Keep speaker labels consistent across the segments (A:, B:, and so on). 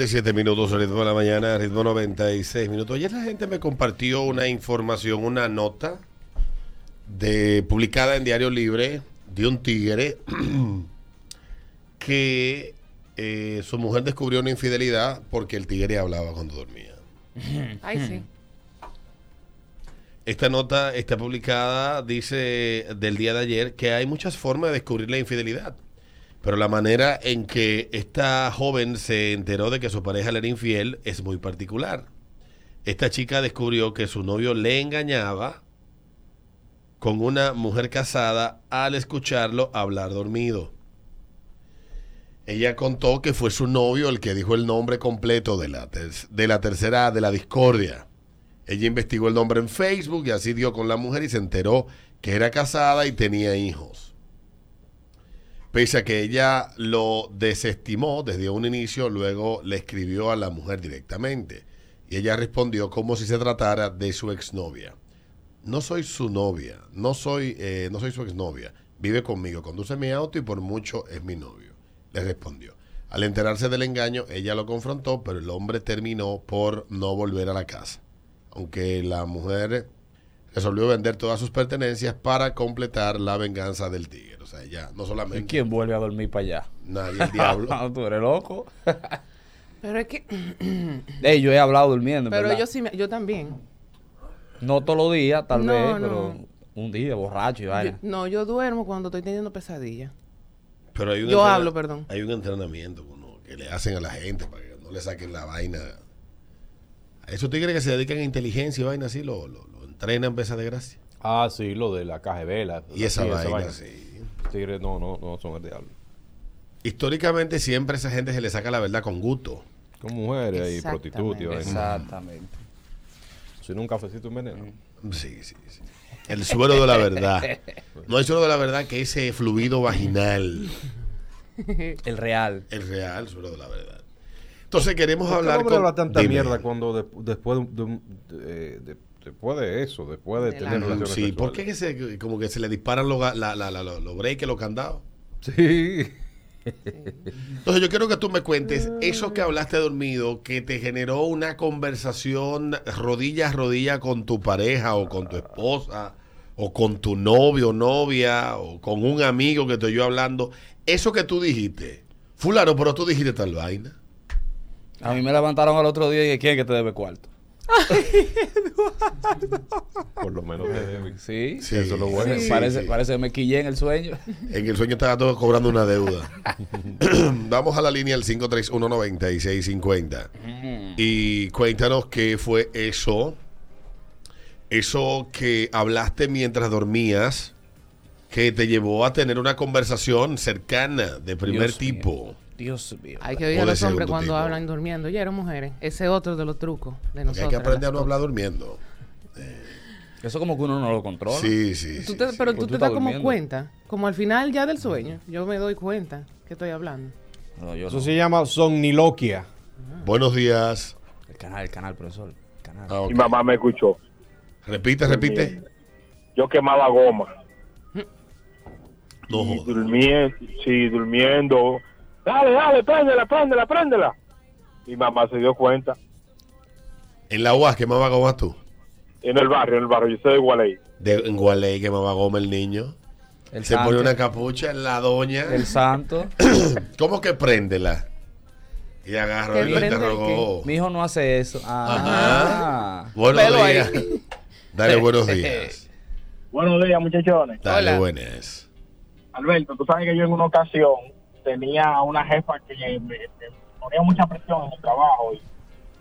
A: 7 minutos, ritmo de la mañana, ritmo 96 minutos. Ayer la gente me compartió una información, una nota de, publicada en Diario Libre de un tigre que eh, su mujer descubrió una infidelidad porque el tigre hablaba cuando dormía.
B: Ay, sí.
A: Hmm. Esta nota está publicada, dice, del día de ayer, que hay muchas formas de descubrir la infidelidad. Pero la manera en que esta joven se enteró de que su pareja le era infiel es muy particular. Esta chica descubrió que su novio le engañaba con una mujer casada al escucharlo hablar dormido. Ella contó que fue su novio el que dijo el nombre completo de la, ter- de la tercera de la discordia. Ella investigó el nombre en Facebook y así dio con la mujer y se enteró que era casada y tenía hijos. Pese a que ella lo desestimó desde un inicio, luego le escribió a la mujer directamente. Y ella respondió como si se tratara de su exnovia. No soy su novia, no soy, eh, no soy su exnovia. Vive conmigo, conduce mi auto y por mucho es mi novio. Le respondió. Al enterarse del engaño, ella lo confrontó, pero el hombre terminó por no volver a la casa. Aunque la mujer resolvió vender todas sus pertenencias para completar la venganza del tigre. O sea, ella no
C: Hmm. ¿Y
A: solamente...
C: quién vuelve a dormir para allá?
A: Nadie, el diablo.
C: Tú eres loco.
B: Pero es que.
C: Ey, yo he hablado durmiendo,
B: Pero
C: ¿verdad?
B: yo sí, me- yo también.
C: No todos los días, tal
B: No,
C: vez,
B: no.
C: pero un día borracho y vaina.
B: Yo- no, yo duermo cuando estoy teniendo pesadillas.
A: Pero hay un
B: Yo
A: entrena-
B: hablo, perdón.
A: Hay un entrenamiento uno, que le hacen a la gente para que no le saquen la vaina. A esos tigres que se dedican a inteligencia y vaina así, lo, lo, lo entrenan pesa de gracia.
D: Ah, sí, lo de la caja de vela.
A: Y esa
D: Sí,
A: vaina, sí.
D: Tigres, no, no, no son el diablo.
A: Históricamente siempre a esa gente se le saca la verdad con gusto.
D: Con mujeres y
B: Exactamente.
D: prostitutas. y vaina.
C: Exactamente.
D: Si no, un cafecito en veneno.
A: Sí, sí, sí. El suero de la verdad. No hay suero de la verdad que ese fluido vaginal.
C: El real.
A: El real suero de la verdad. Entonces queremos
D: ¿Por qué el
A: hablar
D: hombre habla tanta
A: Dime.
D: mierda cuando de- después de, un- de un- de- de- después de eso, después de
B: De la
D: tener
B: noche.
D: relaciones
A: Sí, ¿por qué
D: sexuales?
A: que se, como que se le disparan los ga- la, la, la- los- los breaks, los candados?
D: Sí.
A: Entonces yo quiero que tú me cuentes eso que hablaste dormido, que te generó una conversación rodilla a rodilla con tu pareja o con tu esposa o con tu novio o novia o con un amigo que te oyó hablando. Eso que tú dijiste, fulano, pero tú dijiste tal vaina.
C: A mí me levantaron al otro día y dije, ¿quién es que te debe cuarto?
D: Por lo menos te debe.
C: Sí.
A: Sí,
D: Eso es lo bueno.
A: sí,
C: parece,
A: sí.
C: parece que me quillé en el sueño.
A: En el sueño estaba todo cobrando una deuda. Vamos a la línea al 5319650.
C: Mm.
A: Y cuéntanos qué fue eso. Eso que hablaste mientras dormías, que te llevó a tener una conversación cercana de primer
C: Dios mío.
A: tipo.
C: Dios mío.
B: Hay que oír
A: O
B: a
A: de
B: los hombres
A: segundo
B: cuando
A: tipo.
B: hablan durmiendo. Ya eran mujeres. Ese es otro de los trucos de
A: Porque
B: nosotros.
A: hay que aprender a no hablar durmiendo.
C: Eso como que uno no lo controla.
A: Sí, sí. sí, sí.
B: Pero
C: Pues
B: tú,
C: tú
B: te
C: estás
B: das como
C: durmiendo.
B: cuenta. Como al final ya del sueño. Yo me doy cuenta que estoy hablando.
C: No, yo
D: Eso
C: no.
D: se llama somniloquia.
A: Buenos días.
C: El canal, el canal, profesor. El canal.
A: Ah, ok.
E: Mi mamá me escuchó.
A: Repite, repite.
E: Yo quemaba goma.
A: No
E: y
A: jodas.
E: durmiendo, sí, durmiendo. Dale, dale, préndela, préndela, préndela. Mi mamá se dio cuenta.
A: En la UAS quemaba goma tú.
E: En el barrio, en el barrio, yo soy de Gualey.
A: De, en Gualey quemaba goma el niño.
C: El
A: Se
C: santo.
A: pone una capucha en la doña.
C: El santo.
A: ¿Cómo que préndela? Y agarró
B: ¿Que
A: y lo
B: prende el
A: interrogó.
C: Mi hijo no hace eso.
A: Ajá.
C: Ah.
A: Buenos
B: Pelo ahí.
A: días. Dale buenos días.
E: Buenos días, muchachones.
A: Dale
B: Hola.
A: buenas.
E: Alberto, tú sabes que yo en una ocasión tenía una jefa que me, me ponía mucha presión en su trabajo. Y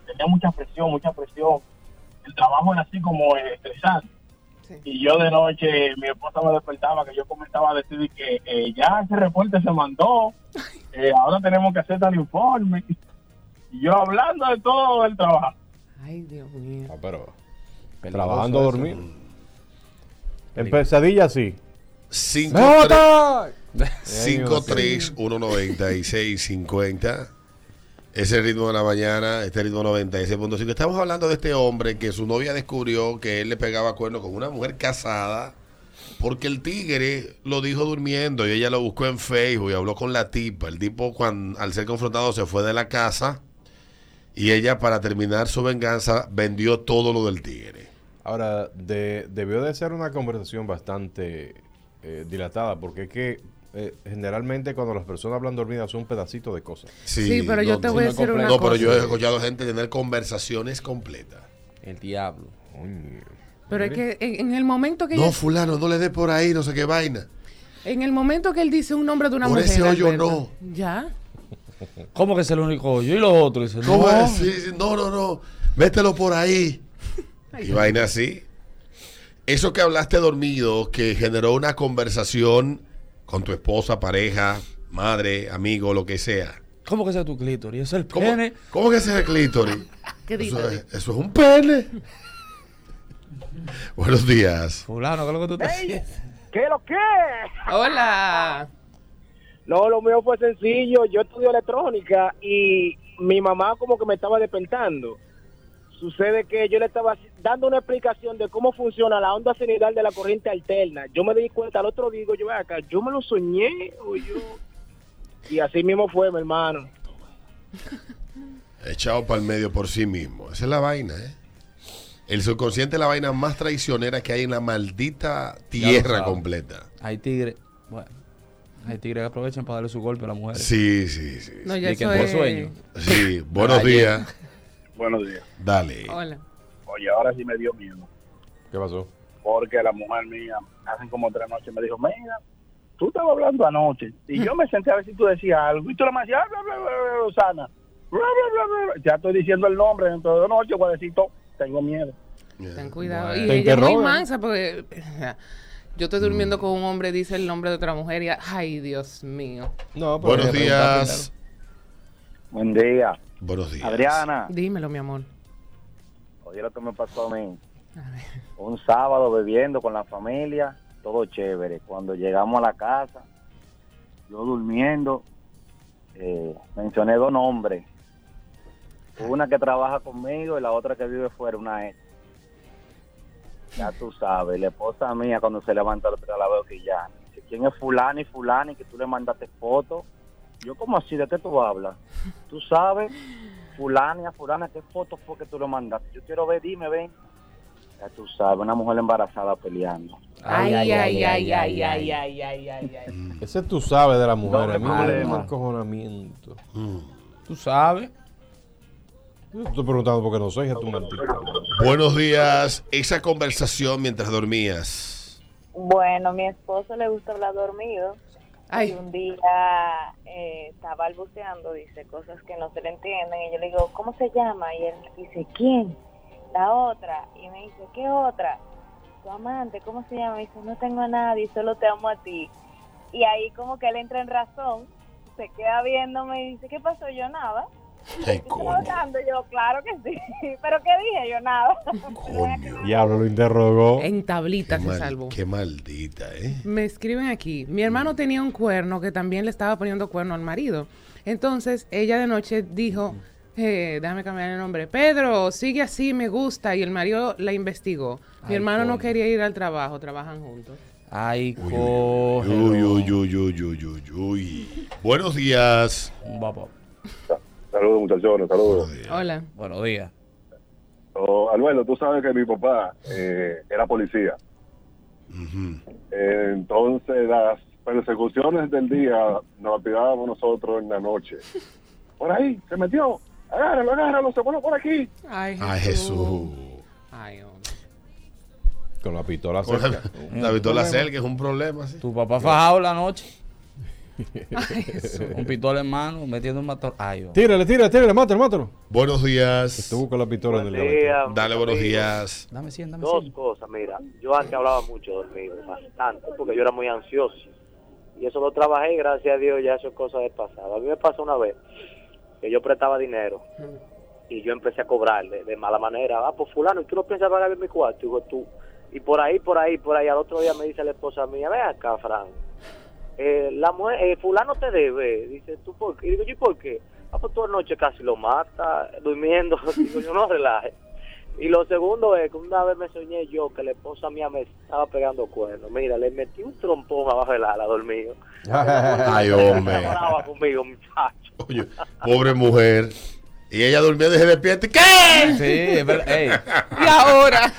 E: tenía mucha presión, mucha presión. El trabajo era así como eh, estresante.
B: Sí.
E: Y yo de noche, mi esposa me despertaba, que yo comenzaba a decir que eh, ya ese reporte se mandó, eh, ahora tenemos que hacer tal informe. Y yo hablando de todo el trabajo.
B: Ay, Dios mío.
D: Ah, pero
C: Peligroso
D: trabajando
C: eso.
D: dormido. En pesadilla, sí.
A: 5
D: ¡Nota!
A: 3 1 96 50 Ese ritmo de la mañana, este ritmo 96.5. Estamos hablando de este hombre que su novia descubrió que él le pegaba cuernos con una mujer casada porque el tigre lo dijo durmiendo y ella lo buscó en Facebook y habló con la tipa. El tipo, cuando, al ser confrontado, se fue de la casa. Y ella, para terminar su venganza, vendió todo lo del tigre.
D: Ahora, de- debió de ser una conversación bastante eh, dilatada, porque es que eh, generalmente cuando las personas hablan dormidas son un pedacito de cosas.
B: Sí, pero yo te voy a
C: no
B: decir una
C: comprendo.
A: No,
B: cosa.
A: pero yo he escuchado gente tener conversaciones completas.
C: El diablo.
D: Coño.
B: Pero es que en, en el momento que
A: No,
B: ella-
A: fulano, no le dé por ahí, no sé qué vaina.
B: en el momento que él dice un nombre de una
A: Por
B: mujer,
A: ese hoyo
B: Alberto, Ya.
C: ¿Cómo que es el único hoyo? Y los otros dicen,
A: ¿Cómo
C: no.
A: es? Sí, sí, no, no, no. Vételo por ahí. Y vaina así. Eso que hablaste dormido, que generó una conversación con tu esposa, pareja, madre, amigo, lo que sea.
C: ¿Cómo que sea tu clítoris? Es el
A: ¿Cómo,
C: pene.
A: cómo que ese es el clítoris?
B: ¿Qué dices?
A: Eso es, eso es un pene. Buenos días.
C: Fulano, ¿qué es lo que tú estás haciendo?
E: ¿Qué lo que?
B: Hola.
E: No, lo mío fue sencillo. Yo estudio electrónica y mi mamá como que me estaba despertando. Sucede que yo le estaba haci- dando una explicación de cómo funciona la onda sinidal de la corriente alterna. Yo me di cuenta, al otro digo, yo "Ven acá, yo me lo soñé o yo... Y así mismo fue, mi hermano.
A: Echado para el medio por sí mismo. Esa es la vaina, ¿eh? El subconsciente es la vaina más traicionera que hay en la maldita tierra
C: sabe.
A: completa.
C: Hay tigres. Bueno, hay tigres que aprovechan para darle su golpe a las mujeres.
A: Sí, sí, sí.
B: No, ya
C: Di que
B: eso
C: por
B: es-
C: sueño.
A: Sí, buenos días.
F: Buenos días.
A: Dale.
B: Hola.
F: Oye, ahora sí me dio miedo.
D: ¿Qué pasó?
F: Porque la mujer mía, hace como tres noches, me dijo, mira, tú estabas hablando anoche. Y yo me senté a ver si tú decías algo. Y tú la más decías, "Ah, bla, bla, bla, bla, Rosana. Bla, bla, bla, bla, bla". Ya estoy diciendo el nombre, dentro de dos noches voy a decir todo. Tengo miedo.
B: Ten cuidado.
C: Bueno.
B: Y
D: Te
B: ella es muy
D: interrogan.
B: mansa porque yo estoy durmiendo con un hombre, dice el nombre de otra mujer y ay, Dios mío.
D: No, pero
A: Buenos
D: le preguntaste,
A: días.
F: Buen día,
A: Buenos días.
B: Dímelo, mi amor.
F: Oye, lo que me pasó a mí.
B: A ver.
F: un sábado bebiendo con la familia, todo chévere. Cuando llegamos a la casa, yo durmiendo, eh, mencioné dos nombres. Una que trabaja conmigo y la otra que vive fuera, una ex. Ya tú sabes, la esposa mía cuando se levanta la otra la veo que ya. Dice, ¿Quién es fulano y fulano y que tú le mandaste fotos? Yo como así, ¿de qué tú hablas? Tú sabes, fulana, fulana, ¿qué fotos fue que tú le mandaste? Yo quiero ver, dime, ven. Ya tú sabes, una mujer embarazada peleando.
B: Ay, ay, ay, ay, ay, ay, ay, ay, ay, ay.
D: Ese tú sabes de la mujer.
F: Doble
D: A mí me da un
F: problema.
D: encojonamiento.
A: Mm.
C: Tú sabes.
D: Yo te estoy preguntando porque no soy, ya tú mentí.
A: Buenos días. Esa conversación mientras dormías.
G: Bueno, mi esposo le gusta hablar dormido. Y
B: Ay,
G: un día eh, está balbuceando, dice cosas que no se le entienden. Y yo le digo, ¿cómo se llama? Y él dice, ¿quién? La otra. Y me dice, ¿qué otra? Tu amante, ¿cómo se llama? Y dice, no tengo a nadie, solo te amo a ti. Y ahí como que él entra en razón, se queda viéndome y dice, ¿qué pasó? Yo nada.
A: Ay,
G: ¿Tú
A: coño.
G: votando? Yo, claro que sí. ¿Pero qué dije? Yo nada.
A: Coño.
D: Diablo, lo interrogó.
B: en tablita
A: Qué,
B: se
A: mal-
B: salvó.
A: qué maldita, ¿eh?
B: Me escriben aquí. Mi hermano tenía un cuerno que también le estaba poniendo cuerno al marido. Entonces ella de noche dijo, eh, déjame cambiar el nombre. Pedro, sigue así, me gusta. Y el marido la investigó. Mi
C: Ay,
B: hermano no
C: coño.
B: quería ir al trabajo, trabajan juntos.
C: Ay,
A: Uy, uy,
C: coño.
A: uy, uy, uy, uy, uy, uy. Buenos días.
C: Vamos.
H: Saludos, muchachones, saludos.
A: Buenos días.
B: Hola.
C: Buenos días.
H: Oh, Alberto, tú sabes que mi papá eh, era policía.
A: Ujú.
H: Eh, entonces, las persecuciones del día nos las tirábamos nosotros en la noche. Por ahí, se metió. Agárralo, agárralo, se pone por aquí.
B: Ay,
A: Ay, Jesús.
B: Ay, hombre.
D: Con la pistola
A: Con la,
D: cerca.
A: la pistola cerca es un problema, sí.
C: Tu papá fajado la noche.
B: Ay, Jesús.
C: Con pistola en mano, metiendo un matón. Ay, oh.
D: Tírale, tírale, tírale, mátalo, mátalo.
A: Buenos días.
D: Tú buscas la pistola en el
A: Dale buenos días.
C: Dame 100, dame
E: Dos
C: 100.
E: cosas, mira, yo antes hablaba mucho dormido, bastante, porque yo era muy ansioso. Y eso lo trabajé y gracias a Dios ya eso es cosa del pasado. A mí me pasó una vez que yo prestaba dinero y yo empecé a cobrarle de mala manera. Ah, pues fulano, ¿y tú no piensas pagar mi cuarto? Digo, tú. Y por ahí, por ahí, por ahí, al otro día me dice la esposa mía, ve acá, Fran, eh, la mujer, eh, fulano te debe. Dice, ¿tú por qué? Y digo, ¿y por qué? Ah, pues toda noche casi lo mata, durmiendo. Digo, yo no relaje. Y lo segundo es que una vez me soñé yo que la esposa mía me estaba pegando cuernos. Mira, le metí un trompón abajo del ala dormido.
D: diablo.
A: Ay, hombre.
E: Estaba conmigo, muchacho.
A: Coño, pobre mujer. Y ella durmiendo y se despierta. y, ¿Qué?
I: Sí, es verdad. Ey,
B: Y ahora.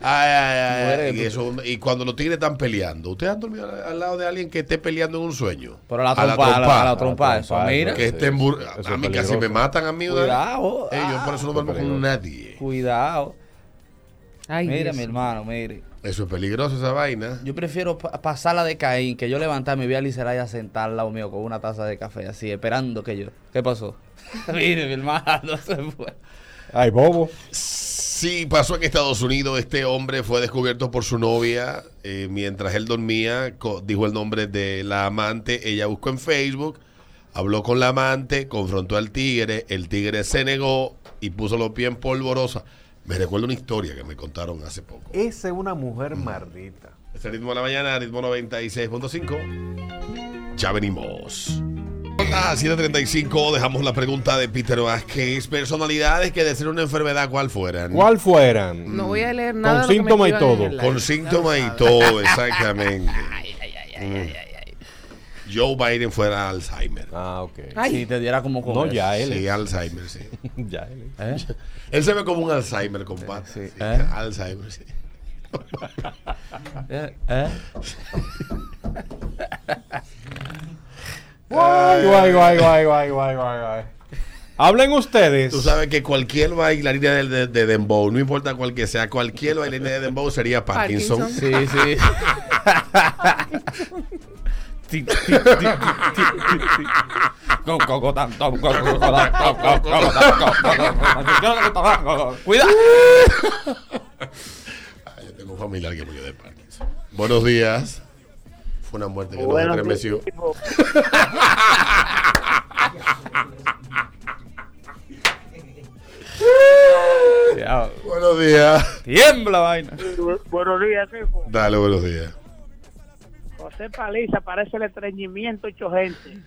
A: Ay, ay, ay,
I: Muere,
A: y, eso- y cuando los tigres están peleando, ¿ustedes han dormido al, al lado de alguien que esté peleando en un sueño?
I: pero la trompa, a la, a la trompa, eso,
D: trompa,
I: mira.
D: ¿no?
A: Que
D: Ah, Eso
A: estén
D: es-
A: bur-
D: eso es
A: A mí casi
D: peligroso.
A: me matan a mí. una vez.
I: Cuidado. Ah,
A: Eh, yo por eso no duermo con
D: peligroso.
C: Ah,
A: nadie.
I: Cuidado.
B: Ay,
I: Mire,
B: Dios.
I: mi hermano, mire.
A: Eso es peligroso, esa vaina.
I: Yo prefiero pa- pasarla de Caín, que yo levantarme y voy a Liceray a sentar al lado mío con una taza de café, así, esperando que yo. ¿Qué pasó? Mire, mi hermano, se fue.
D: Ay, bobo.
A: Sí, pasó en Estados Unidos. Este hombre fue descubierto por su novia eh, mientras él dormía. co- dijo el nombre de la amante. Ella buscó en Facebook, habló con la amante, confrontó al tigre. El tigre se negó y puso los pies en polvorosa. Me recuerdo una historia que me contaron hace poco.
D: Esa es una mujer maldita.
A: Este ritmo de la mañana, ritmo 96.5. Ya venimos. A 7.35 dejamos la pregunta de Peter Vázquez. Personalidades que de ser una enfermedad, ¿cuál fueran?
D: ¿Cuál fueran?
B: No voy a leer
D: Con
B: nada. de lo que me
D: síntoma y
B: escriban en
D: todo.
B: el live.
A: Con síntomas y todo, exactamente. Mm. Joe Biden fuera Alzheimer.
D: Ah, ok.
B: Ay.
I: Si te diera como
D: No,
I: comer.
D: ya él.
A: Sí, Alzheimer, sí.
D: Ya él.
I: ¿Eh?
A: Él se ve como un Alzheimer, compadre.
I: Sí,
A: Sí,
I: ¿eh?
A: Alzheimer, sí.
I: ¿Eh? ¿Eh?
D: Guay, guay, guay, guay, guay, guay, guay, guay. Hablen ustedes.
A: Tú sabes que cualquier bailarina de, de- de Dembow, no importa cuál que sea, cualquier bailarina de Dembow sería Parkinson.
B: Parkinson.
I: Sí, sí. Ti, ti, ti, ti, ti, ti, ti. Go, go, go, tam, tom, go, go, go, tam, tom, go, go, go, tam, go, go, go, go, go, go, go. Cuidado.
A: Ah, Yo tengo un familiar que murió de Parkinson. Buenos días. Fue una muerte que nos
J: Buenos
A: estremeció.
I: Cuidado.
A: Buenos días.
I: Tiembla vaina.
E: Buenos días, hijo.
A: Dale, buenos días.
E: José Paliza parece el estreñimiento hecho gente.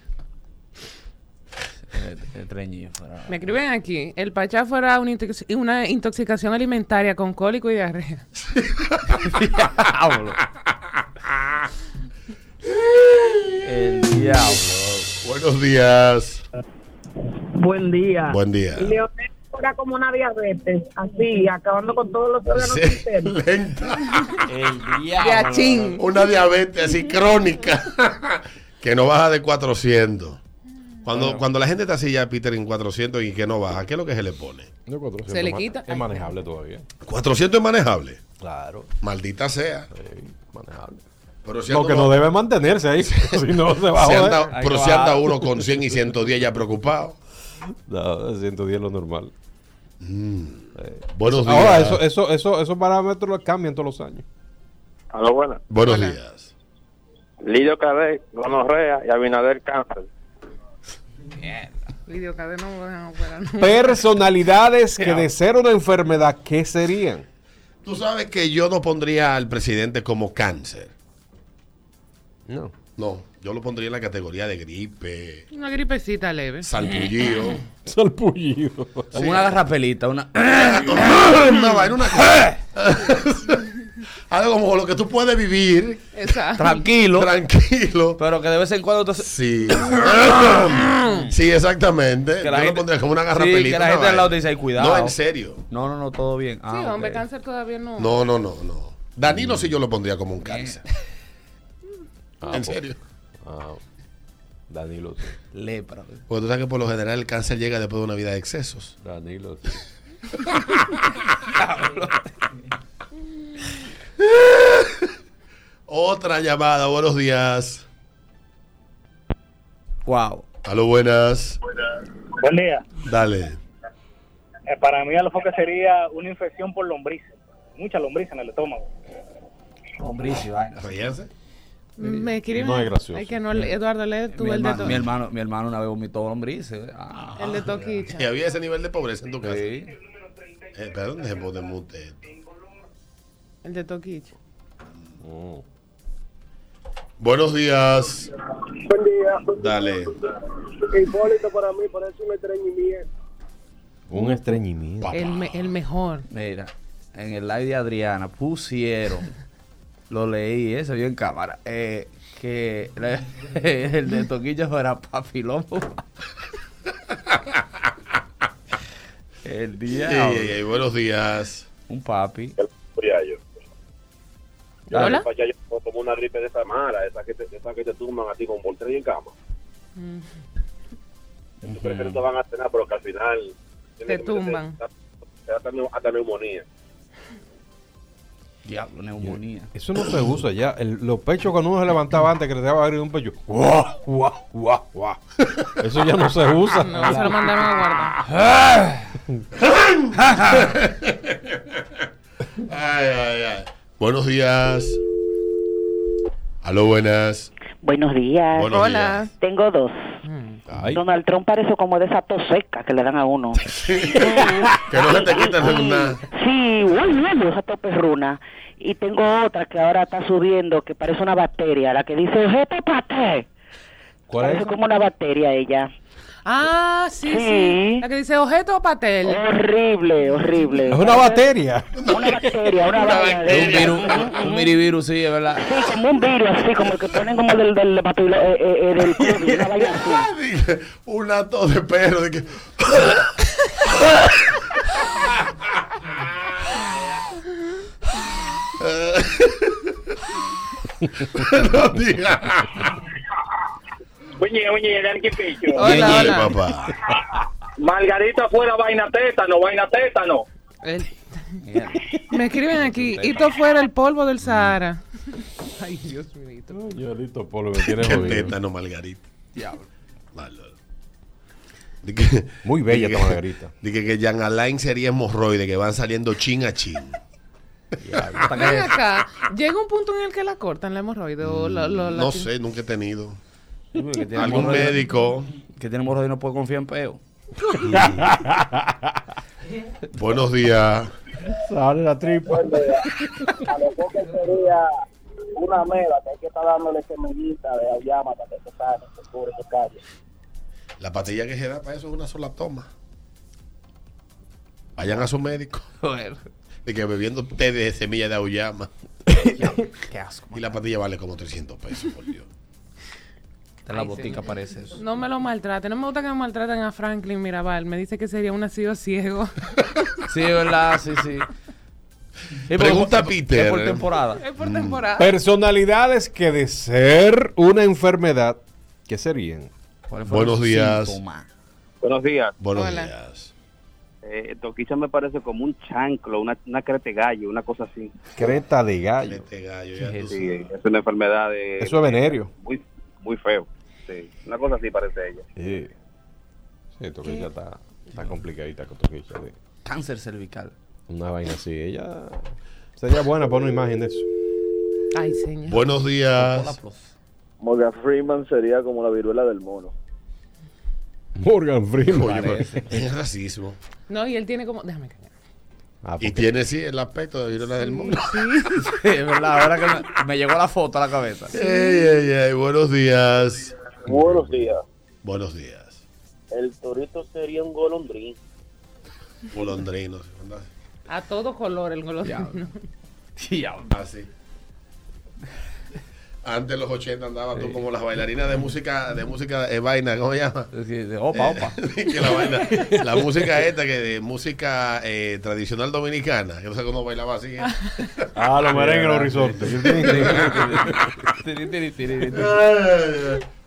I: Treñido. fuera.
B: Me escriben aquí, el pachá fuera una, intox- una intoxicación alimentaria con cólico y diarrea.
I: Diablo. El diablo.
A: Buenos días.
G: Buen día.
A: Buen día.
G: Leonel fuera como una diabetes, así, acabando con todos los órganos
A: Sí,
G: internos.
A: lenta.
I: El diablo.
B: Gachín.
A: Una diabetes así crónica que no baja de 400. Cuando, cuando la gente está así ya, Peter, en 400 y que no baja, ¿qué es lo que se le pone?
D: No, 400
B: Se le
D: ma-
B: quita.
D: Es manejable todavía.
A: 400 es manejable.
D: Claro.
A: Maldita sea.
D: Sí, manejable.
A: Pero si
D: Lo que
A: anda-
D: no debe ¿eh? mantenerse ahí. si no, se va a
A: si
D: joder.
A: anda-
I: Hay
A: pero
I: que
A: si anda
I: bajar.
A: uno con 100 y 110 ya preocupado.
D: No, 110 es lo normal.
A: Buenos días.
D: Ahora, eso, eso, eso, esos parámetros los cambian todos los años.
K: A lo buena.
A: Buenos días.
K: Lidio Cadet, gonorrea y Abinader cáncer.
B: Lidio Cadena, no, no, fuera, no.
D: Personalidades que de ser una enfermedad, ¿qué serían?
A: Tú sabes que yo no pondría al presidente como cáncer.
D: No.
A: No, yo lo pondría en la categoría de gripe,
B: Una gripecita leve.
A: salpullido.
D: Salpullido.
I: Una garrapelita, una.
A: una vaina, una cosa. Algo como lo que tú puedes vivir
B: Exacto.
I: Tranquilo.
A: tranquilo.
I: Pero que de vez en cuando tú se-
A: Sí. sí, exactamente.
I: Que la
A: yo lo
I: gente-
A: pondría como una
I: sí,
A: garrapelita.
I: que la
A: una
I: gente al
A: vaina.
I: lado te dice, "Ay, cuidado".
A: No, en serio.
I: No, no, no, todo bien.
B: Sí,
I: Ah,
B: hombre,
I: ok.
B: cáncer todavía no.
A: No, no, no, no. Danilo sí yo lo pondría como un cáncer.
D: pues.
A: en serio.
D: Ah, Danilo, sí.
I: Lepra.
A: Porque tú sabes que por lo general el cáncer llega después de una vida de excesos.
D: Danilo, sí.
A: Otra llamada, buenos días.
I: Wow.
A: Aló, buenas.
E: Buen día.
A: Dale.
E: Eh, para mí, a lo que sería una infección por lombrices. Mucha lombriz en el estómago.
I: Hombricio, vaina.
A: ¿Reíanse?
B: Me escriben.
D: No es gracioso.
B: Ay, que no, le- Eduardo, lee tú
I: Mi
B: el de,
I: hermano,
B: to-
I: mi hermano, mi hermano una vez vomitó lombrices. Ah.
B: el de Toquicha.
A: Y había ese nivel de pobreza en tu casa.
I: Sí.
A: Eh, ¿Pero dónde se pone mute esto?
B: El de Toquicha.
D: Mm.
A: Buenos días.
G: Buen día.
A: Dale.
G: Hipólito para mí, por eso me estreñimiento.
D: Un estreñimiento.
A: Papá.
B: El, me- el mejor.
I: Mira, en el live de Adriana pusieron, lo leí, eh, se vio en cámara, eh, que la- el de Toquillo fuera papiloma.
C: El
A: Ey,
C: día.
A: ey, ey, buenos días.
C: Un papi.
H: Ya, yo. Ya,
B: Hola.
H: Ya, yo tomo una gripe de esa mala, esa que te, esa que te tumban a ti con volteo y en cama.
B: Mm.
H: Yo creo que no te van a cenar, pero que al final...
B: Te tumban.
H: Te da hasta neu- hasta neumonía.
C: Diablo, neumonía.
D: Eso no se usa ya. El- los pechos cuando uno se levantaba antes que le daba abrir un pecho. ¡Guau, guau, guau, guau! Eso ya no se usa.
B: No, se lo mandaron a guardar.
A: Ay, ay, ay. Buenos días. Aló, buenas.
L: Buenos días.
A: Buenos
B: Hola.
A: días.
L: Tengo dos.
D: Ay,
L: Donald Trump parece como de esa tos seca que le dan a uno.
A: Que no se te quita
L: Sí,
A: nada.
L: sí, uy, uy, esa toperruna. Y tengo otra que ahora está subiendo que parece una bacteria, la que dice, ¡Jete pate!
D: ¿Cuál
L: parece
D: es?
L: como una bacteria ella.
B: Ah, sí, sí.
L: Sí.
B: La que dice objeto o patel.
E: Eh.
L: Horrible, horrible.
D: Es una bateria.
L: Una bacteria, una vaina de-
C: Es un virus, un, un mirivirus, sí, es verdad.
L: Sí, como un virus, así como el que ponen como del, del, hepatilo- eh, eh, eh, del COVID, una vaina así.
A: Una tos de perro. de que- Buenos días.
E: Oye, oye, el arquipicho.
B: Hola,
A: Bien, bien,
B: hola.
A: papá.
E: Margarita fuera vaina tétano, vaina tétano.
B: El- Me escriben aquí, Hito fuera el polvo del Sahara. Mm. Ay, Dios mío. Hito.
D: Yo listo, Polo, me tiene
A: Qué
D: jodido.
A: tétano, Margarita.
C: Diablo.
A: Malo. Di que-
D: Muy bella
A: di
D: esta
A: que-
D: Margarita.
A: di que, que Jan Alain sería hemorroide, que van saliendo chin a chin.
C: Hasta
B: Ven
C: que-
B: acá, llega un punto en el que la cortan la hemorroide o la, lo- la-
A: No sé, nunca he tenido.
C: que tiene
A: Algún
C: hemorroides-
A: médico.
C: Que tiene morro y no puede confiar en peo.
A: Buenos días.
D: Sale la tripa.
F: A lo poco sería una mela que hay que estar dándole semillita de auyama para que se sane, se cubre, se calle.
A: La pastilla que se da para eso es una sola toma. Vayan a su médico.
C: Joder.
A: De que bebiendo té de semilla de auyama.
C: Qué asco.
A: Y la pastilla vale como 300 pesos, por Dios.
C: Está en la
B: Ay,
C: botica,
B: señor.
C: parece eso.
B: No me lo maltraten, no me gusta que me maltraten a Franklin Mirabal. Me dice que sería un nacido ciego.
C: Sí, es verdad, sí, sí. Y por-
A: Pregunta
C: es por-
A: Peter.
C: Es por temporada.
B: es por temporada.
D: Personalidades que de ser una enfermedad, ¿qué serían?
C: ¿Cuáles fueron
A: Buenos
C: sus
A: días.
C: síntomas?
F: Buenos días.
A: Buenos
B: Hola.
A: días.
F: Eh, Toquicha me parece como un chanclo, una, una crete gallo, una cosa así.
D: Creta de gallo.
A: Este gallo, ya
C: Sí,
A: tú
F: Sí,
A: sabes.
F: es una enfermedad de...
D: Eso es venerio.
F: este, muy, muy feo. Sí, una cosa así parece ella.
D: Sí, sí Toquilla está, está complicadita con Toquilla. sí.
C: Cáncer cervical.
D: Una vaina así. Ella sería buena para una imagen de eso.
B: Ay, señor.
A: Buenos
C: Hola,
A: días.
C: profe.
E: Morgan Freeman sería como la viruela del mono.
D: Morgan Freeman.
A: Coño, pero es racismo.
B: No, y él tiene como. Déjame caer.
D: Ah,
A: Y
D: porque-
A: tiene, sí, el aspecto de viruela del mundo.
C: Sí, es verdad, ahora que me, me llegó la foto a la cabeza.
A: Ey, ey, ey, buenos días.
E: Buenos días.
A: Buenos días.
F: El torito sería un golondrín.
A: Golondrinos. ¿verdad?
B: A todo color el golondrino.
C: Diablo.
A: Así. Ah, Antes de los 80 andaba tú como las bailarinas de música, de música eh, vaina, ¿cómo se llama?
C: Es que, Opa, opa.
A: que la, vaina, la música esta que de música eh, tradicional dominicana, que no sé cómo bailaba así. ¿eh?
D: Ah, los merengues, los risotes.
A: Eh.
C: Tiri, tiri, tiri, tiri.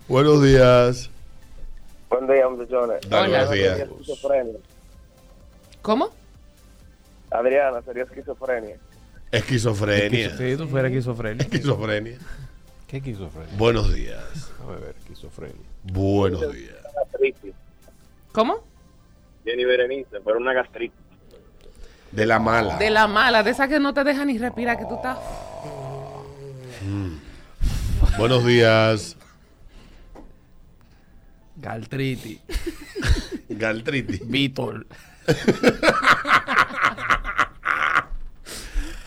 A: buenos días.
E: Buen día, muchachones.
A: Dale,
B: Hola.
A: buenos días.
E: Esquizofrenia.
B: ¿Cómo?
E: Adriana sería esquizofrenia.
A: Esquizofrenia.
C: Sí, tú fueras esquizofrénico.
A: Esquizofrenia.
D: ¿Qué esquizofrenia?
A: Buenos días.
D: Déjame ver, esquizofrenia.
A: Buenos días.
E: Gastritis.
B: ¿Cómo?
E: Jenny Berenice, pero una gastritis.
A: De la mala.
B: De la mala, de esa que no te deja ni respirar, que tú estás.
A: Buenos días.
C: Galtriti.
A: Galtriti.
C: Vítor.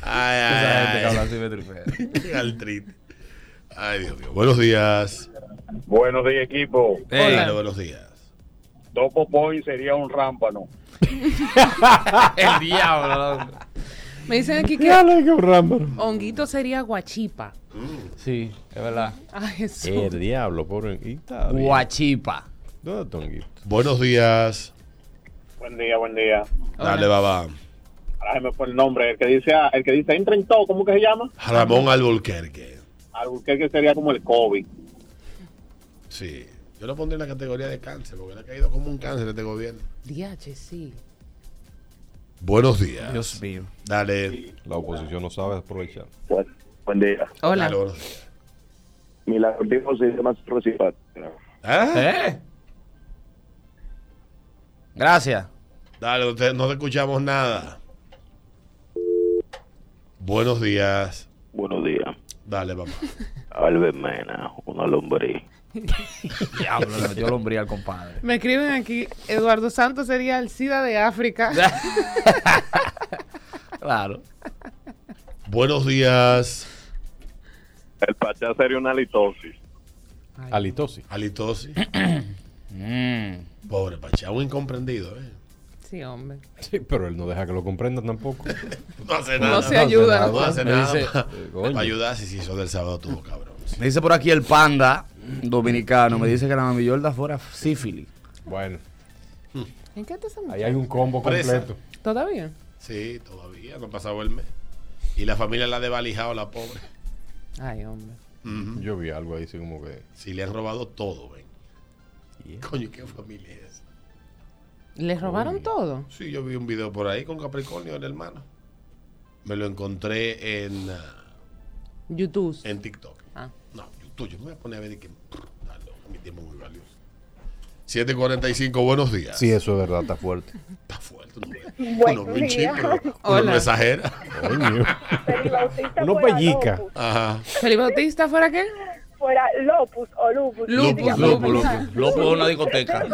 A: Ay,
C: Esa gente
A: ay,
C: que
A: ay.
C: habla así me tripea.
A: Galtriti. Ay, Dios mío. Buenos días.
H: Buenos días, equipo.
C: Ey,
A: Claro, buenos días.
H: Topo Point sería un rámpano.
C: El diablo. loco.
B: Me dicen aquí
D: Ya
B: que
D: lo que un rámbaro.
B: honguito sería guachipa.
C: Sí, es verdad.
B: Ay, Jesús.
D: El diablo, pobre. y está bien.
C: Guachipa.
D: ¿Dónde está Tonguito?
A: Buenos días.
E: Buen día, buen día.
A: Dale, baba.
E: Ahora me fue el nombre. El que dice, ah, el que dice, entra en todo, ¿cómo que se llama?
A: Ramón Alburquerque.
E: Algo que sería como el COVID.
A: Sí. Yo lo pondré en la categoría de cáncer, porque le ha caído como un cáncer a este gobierno.
B: Diache, sí.
A: Buenos días.
C: Dios mío.
A: Dale.
D: La oposición no sabe aprovechar.
F: Buen, buen día.
B: Hola.
A: Dale, buenos días.
F: Milagro se llama Rosipat.
A: ¿Eh?
C: ¿Eh? Gracias.
A: Dale, usted- no te escuchamos nada. Buenos días.
F: Buenos días.
A: Dale, papá.
F: Albert Mena,
E: Ah,
F: una lombriz.
C: Diablo, le metió lombría al compadre.
B: Me escriben aquí, Eduardo Santos sería el SIDA de África.
C: Claro.
A: Buenos días.
H: El pachá sería una litosis.
D: Halitosis.
A: Alitosi.
C: Mm.
A: Pobre Pachá, un incomprendido, ¿eh?
B: Sí, hombre.
D: Sí, pero él no deja que lo comprendan tampoco.
A: No hace
B: No
A: nada.
B: se ayuda.
A: No hace
C: Me
A: nada.
C: dice-
D: Eh, coño.
A: Para ayudar, si sí, eso del sábado tuvo cabrón. Sí.
C: Me dice por aquí el panda dominicano. Me dice que la mamillolda fuera sífilis.
D: Bueno,
B: ¿En qué te
D: ahí hay un combo
A: Presa.
D: completo.
B: ¿Todavía?
A: Sí, todavía, no ha pasado el mes. Y la familia la ha desvalijado, la pobre.
B: Ay, hombre.
A: Ujú.
D: Yo vi algo ahí, así como que.
A: Sí, le han robado todo, ven. Coño, ¿qué familia es esa?
B: ¿Les robaron todo?
A: Sí, yo vi un video por ahí con Capricornio, el hermano. Me lo encontré en, ah,
B: YouTube.
A: en TikTok.
B: Ah.
A: No, YouTube, yo me voy a poner a ver y que... Ah, no, mi tiempo es muy valioso. 7.45, buenos días.
D: Sí, eso es verdad, está fuerte.
A: Está fuerte. No,
M: Buenos
A: uno ve un chip,
M: días.
A: pero uno
B: Hola.
A: no exagera.
D: Coño.
M: Felipe Bautista
D: Uno
M: fuera
D: pellica.
M: Lopus,
A: Ajá.
B: ¿Felipe Bautista fuera qué?
M: Fuera Lopus o Lupus.
B: Lupus,
C: Lopo,
B: Lupus.
C: lopo. Lopo es una discoteca.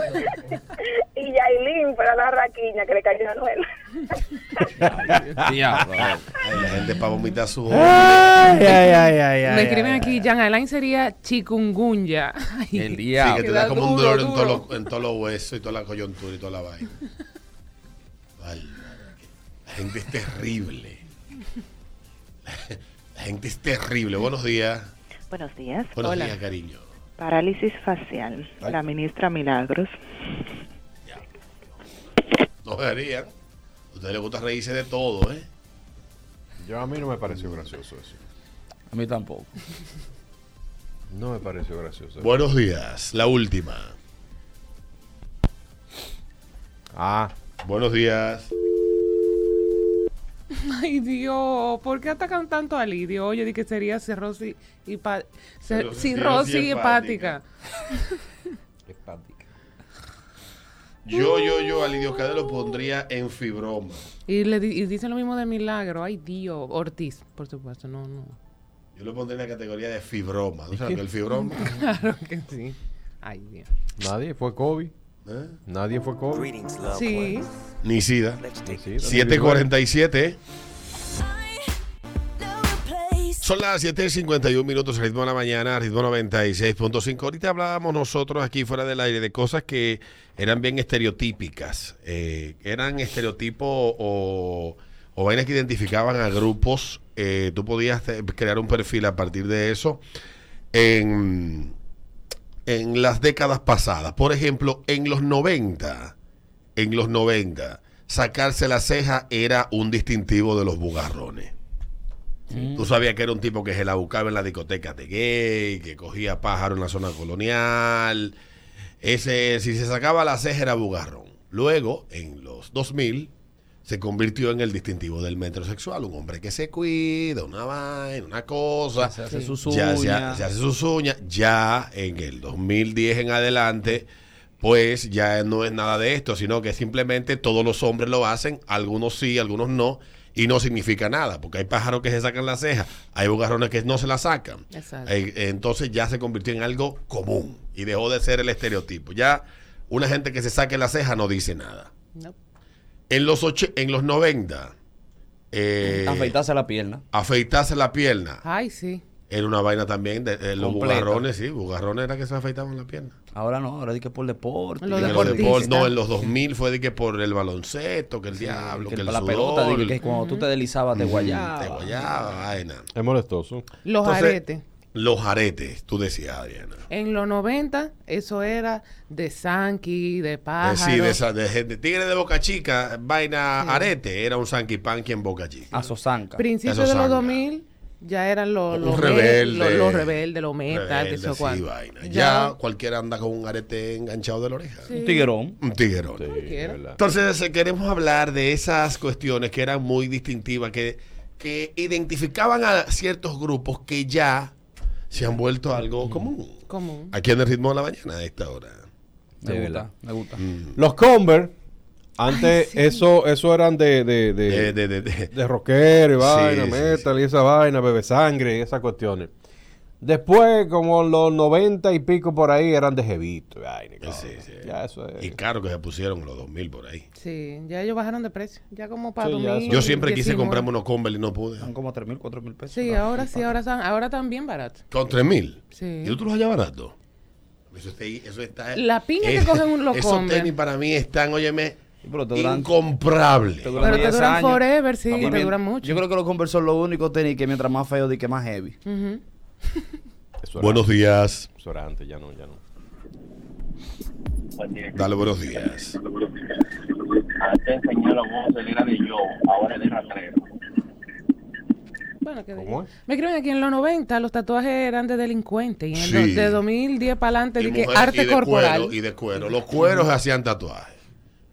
M: Y Yailin fuera la raquiña que le cayó a Noel.
C: Diablo.
A: La gente para vomitar su...
D: Ah.
C: Ay, ay, ay, ay, ay,
B: Me escriben
C: ay,
B: aquí, Jan Alain sería chikungunya. Ay.
C: El
A: Sí, que
C: diablo.
A: te
B: Queda
A: da como un
B: duro,
A: dolor en
B: duro.
A: todos los en todos los huesos y toda la coyuntura y toda la vaina. Ay, la gente es terrible. La gente es terrible. Buenos días.
L: Buenos días.
A: Buenos días, cariño.
L: Parálisis facial. La ministra Milagros.
A: No deberían. A ustedes les gusta reírse de todo, ¿eh?
D: Yo a mí no me pareció gracioso eso.
C: A mí tampoco.
D: No me pareció gracioso.
A: Buenos días. La última.
D: Ah,
A: Buenos días.
B: Ay, Dios, ¿por qué atacan tanto a Lidio? Oye, di que sería cirrosis, hipa- cir-
A: Cirrosis
B: cirrosis
A: hepática.
B: hepática.
A: Yo, yo, yo al idiocade lo pondría en fibroma.
B: Y, le di- y dicen lo mismo de Milagro. Ay, Dios. Ortiz, por supuesto. No, no.
A: Yo lo pondría en la categoría de fibroma. ¿Tú sabes lo que es el fibroma?
B: Claro que sí. Ay, Dios.
D: nadie fue COVID.
A: ¿Eh?
D: Nadie fue COVID.
A: Ah,
B: Sí.
A: Ni sida.
D: Sí,
A: 747. Son las 7.51 minutos, ritmo de la mañana, ritmo 96.5. Ahorita hablábamos nosotros aquí fuera del aire de cosas que eran bien estereotípicas. eh, eran estereotipos o, o vainas que identificaban a grupos. eh, tú podías eh, crear un perfil a partir de eso en, en las décadas pasadas. Por ejemplo, en los 90, en los 90, sacarse la ceja era un distintivo de los bugarrones. Tú sabías que era un tipo que se la buscaba en la discoteca de gay, que cogía pájaro en la zona colonial. Ese, si se sacaba la ceja era bugarrón. Luego, en los 2000, se convirtió en el distintivo del metrosexual. Un hombre que se cuida, una vaina, una cosa.
C: Se hace sus
A: Ya se, ha-
C: uñas.
A: se hace sus uñas. Ya en el 2010 en adelante, pues ya no es nada de esto, sino que simplemente todos los hombres lo hacen, algunos sí, algunos no, y no significa nada, porque hay pájaros que se sacan la ceja, hay bugarrones que no se la sacan.
B: Exacto.
A: Eh, Entonces ya se convirtió en algo común y dejó de ser el estereotipo. Ya una gente que se saque la ceja no dice nada.
B: No.
A: En los, och- en los 90, eh,
C: Afeitarse la pierna.
A: afeitarse la pierna.
B: Ay, sí.
A: Era una vaina también de, de los
C: Completa.
A: bugarrones, sí, bugarrones era que se afeitaban la pierna.
C: Ahora no, ahora di que por deporte.
B: Lo
A: Y que
C: di
A: los
C: que
B: deportista.
A: depor- no, en los 2000 fue de que por el baloncesto, que el diablo, que,
C: que
A: el
C: la
A: sudor,
C: pelota, di que
A: el-
C: cuando tú te deslizabas te
A: Mm,
C: guayaba.
A: te guayaba, vaina.
D: Es molestoso.
B: Los
A: Entonces,
B: aretes.
A: Los aretes, tú decías, Adriana.
B: En los 90, eso era de Sanki, de Pájaro.
A: Eh, sí, de, esa, de gente. Tigre de Boca Chica, vaina arete, era un Sanky Panky en Boca Chica.
I: Ah,
C: A Sosanka.
B: Principios
A: Eso
B: de los
A: sangra.
B: 2000 ya eran los
A: Un
B: los
A: rebelde.
B: los- los rebeldes, los metal, que
A: Rebelde,
B: eso
A: sí,
B: cuánto.
A: vaina. Ya,
B: Ya,
A: cualquiera anda con un arete enganchado de la oreja.
B: sí.
C: Un tiguerón.
A: Un tiguerón.
D: Sí,
B: Cualquiera.
D: ¿verdad?
A: Entonces eh, queremos hablar de esas cuestiones que eran muy distintivas, que, que identificaban a ciertos grupos que ya se han vuelto
B: Mm.
A: algo común.
B: común.
A: Aquí en el ritmo de la mañana a esta hora.
C: Me
D: De
C: gusta,
D: verdad.
C: me gusta.
B: Mm.
D: Los Converse, antes eso, eso eran de, de, de-
A: Eh, De- de- de- de-
D: de rockero y
A: Sí,
D: vaina,
A: sí,
D: metal y esa vaina, bebe sangre y esas cuestiones. Después, como los 90 y pico por ahí, eran de jevito. y vaina y cosas.
A: Sí, sí.
D: Ya eso es.
A: Y caro que se pusieron los 2000 por ahí.
B: Sí, ya ellos bajaron de precio. Ya como para
D: Sí, ya
B: 2000,
D: eso-
A: Yo siempre quise
B: 19.
A: comprarme unos Converse y no pude.
C: Son como 3 mil, 4 mil pesos.
B: Sí,
C: Claro.
B: ahora sí, ahora, son- ahora también barato.
A: Con 3000.
B: Sí.
A: ¿Y tú te los hallas barato? Eso, está, ahí- eso está.
B: La piña que cogen un- los
A: Esos
B: Converse.
A: tenis para mí están, óyeme,
C: Sí, pero te duran-
A: incomprables.
C: te duran
B: Pero te
C: 10
B: duran
C: años.
B: forever, sí,
C: También.
B: te duran mucho.
C: Yo creo que los Converse son los únicos tenis que mientras más feo, di que más heavy.
B: Ujú.
D: Eso era-
A: Buenos días.
D: Eso era antes, ya no, ya no.
A: Dale buenos días.
E: Antes señora vos era de yo, ahora es de rastrero.
B: Bueno, que
D: ¿Cómo es?
B: Me escriben aquí en los 90 los tatuajes eran de delincuentes y en
A: Sí.
B: los de 2010 para adelante
A: Y
B: dije
A: mujer- y
B: arte
A: de
B: corporal.
A: Cuero, y de cuero. Los cueros hacían tatuajes.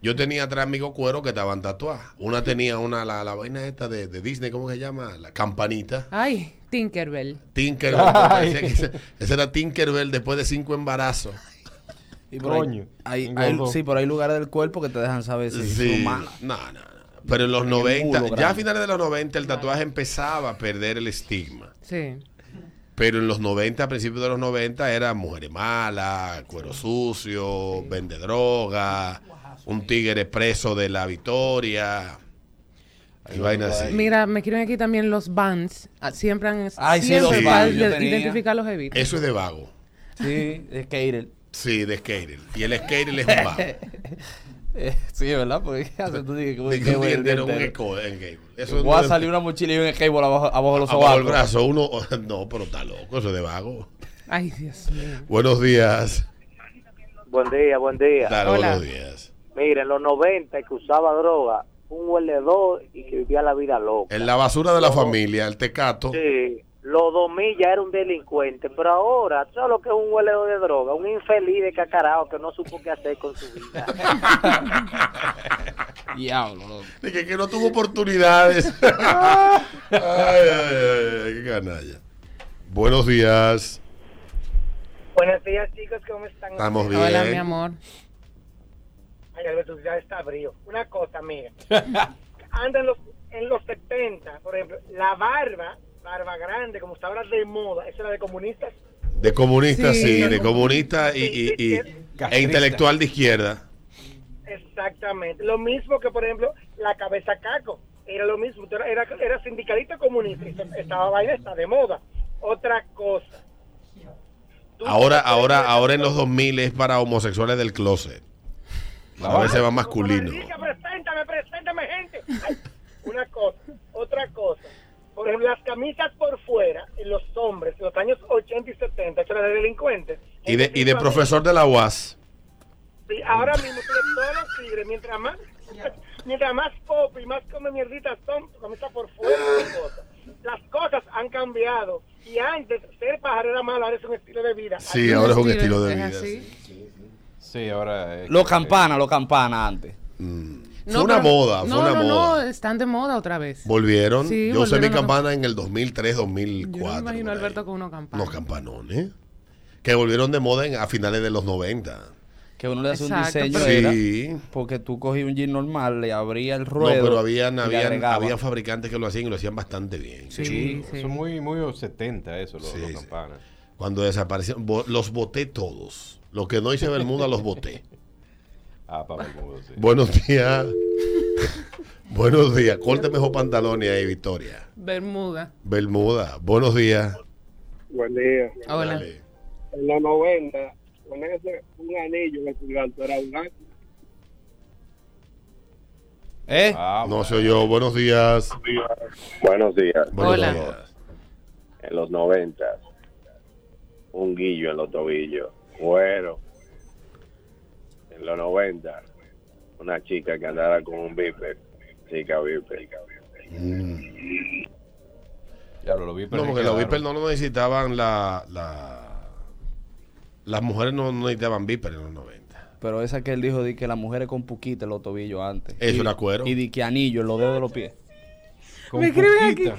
A: Yo tenía tres amigos cueros que estaban tatuados. Una tenía una, la, la vaina esta de, de Disney, ¿cómo se llama? La campanita.
B: Ay, Tinkerbell.
A: Tinkerbell.
D: Ay.
A: Ese, ese- ese era Tinkerbell después de cinco embarazos.
C: Y por ahí-
D: Coño,
C: hay- hay-
D: engordó.
C: sí, pero hay lugares del cuerpo que te dejan saber si
A: Sí.
C: son
A: No,
C: malas.
A: no, no. Pero en los
C: Tenía un
A: 90,
C: mulo
A: ya a
C: grande.
A: finales de los 90, el tatuaje empezaba a perder el estigma.
B: Sí.
A: Pero en los 90, a principios de los 90, eran mujeres malas, cuero sucio, vende droga, un tigre preso de la victoria. Y vainas así.
B: Mira, me escriben aquí también los bands. Ah, Siempre han
C: Ay, sí,
B: siempre
A: los
B: para
A: Vans,
C: yo
B: de-
C: tenía.
B: identificar los evitos.
A: Eso es de vago.
C: Sí, es que
A: Sí, de skater. Y el skater es un vago.
C: Eh, Sí, ¿verdad? Porque hace tú dices que voy
A: Dice
C: que
A: un
C: voy
A: día
C: el día
A: entero un
C: entero.
A: esco- en game. Eso es
C: Voy a
A: de-
C: salir una mochila y un skateboard abajo, abajo de los
A: abajo el
C: sobacos.
A: brazo. Uno, no, pero está loco, eso es de vago.
B: Ay, Dios mío.
A: Buenos días.
F: Buen día, buen día.
A: Dale,
B: Hola.
A: buenos días.
F: Mira, en los 90 el que usaba droga, un hueledor y que vivía la vida loca.
A: En la basura de la familia, el tecato.
F: Sí, los 2000 ya era un delincuente, pero ahora, ¿tú ¿sabes lo que es un hueledor de droga? Un infeliz de cacarao que no supo qué hacer con su vida.
C: Diablo, loco.
A: De que, que no tuvo oportunidades. ay, ay, ay, ay, qué canalla. Buenos días.
M: Buenos días, chicos, ¿cómo están?
A: Estamos bien.
B: Hola, mi amor.
M: Ay, Alberto, ya está brío. Una cosa, mira. Andan los, en los 70, por ejemplo, la barba, barba grande, como está ahora de moda, esa era de comunistas.
A: De comunista, sí,
B: Sí, de
A: de comunista y, y- y- e
D: Castrista.
A: intelectual de izquierda.
M: Exactamente. Lo mismo que, por ejemplo, la cabeza caco. Era lo mismo. Era, era, era sindicalista comunista. Esta- Estaba vaina, está de moda. Otra cosa. Tú-
A: Ahora, ahora, ahora en los 2000 es para homosexuales del closet. A veces va masculino.
M: Dice, preséntame, preséntame, gente. Ay, una cosa. Otra cosa. Por ejemplo, las camisas por fuera, en los hombres, en los años 80 y 70, eso era de delincuentes.
A: Y de, y de
M: Entonces,
A: profesor de la UAS.
M: Sí, ahora mismo tú ves todos los tigres, mientras más, mientras más pop y más come mierditas son, tu camisa por fuera y esas cosas. Las cosas han cambiado y antes ser pajarera era malo, ahora es un estilo de vida.
A: Sí, ahora es un
B: Steven,
A: estilo de
B: es
A: vida.
B: así.
A: sí.
D: Sí, ahora. eh, es-
C: Los campanas, los campanas antes.
A: Mm.
B: No,
A: fue una
B: pero-
A: moda, fue
B: no,
A: una
B: no,
A: moda.
B: No, están de moda otra vez.
A: Volvieron.
B: Sí,
A: Yo usé
B: volvieron
A: mi
B: los-
A: campana en el 2003,
B: Yo
A: 2004.
B: no me imagino a
A: por ahí.
B: Alberto con unos campanas.
A: Unos campanones. Que volvieron de moda en- a finales de los 90.
C: Que uno le hace un
B: Exacto,
C: diseño.
B: pero-
C: era
A: Sí.
C: Porque tú cogías un jean normal, le abrías el
A: No,
C: ruedo.
A: pero habían,
C: y le
A: habían,
C: agregabas.
A: habían fabricantes que lo hacían y lo hacían bastante bien.
B: Sí,
C: Sí,
B: sí.
D: Son muy, muy 70 eso, los,
A: Sí,
D: los
A: sí.
D: campanas.
A: Cuando desaparecieron, bo- los boté todos. Lo que no hice Bermuda, los boté.
D: Ah, para el mundo, sí.
A: Buenos días. Buenos días. Corte mejor pantalones ahí, Victoria.
B: Bermuda.
A: Bermuda. Buenos días.
E: Buen día.
B: Hola.
A: Dale.
E: En los 90, ponerse un anillo en el pulgar, tú eras un ángel.
C: ¿Eh?
D: Ah,
A: No soy yo. Buenos días.
H: Buenos días.
A: Buenos
B: Hola.
A: días.
H: En los 90,
N: un guillo en los tobillos. Bueno, en los 90, una chica que andaba con un viper, chica viper.
A: No, porque los Viper no lo necesitaban la, la- Las mujeres no no necesitaban Viper en los 90.
I: Pero esa que él dijo de que las mujeres con puquita en los tobillos antes.
A: Eso
I: Y-
A: era cuero.
I: Y de que anillo en los dedos de los pies.
B: Me escriben aquí.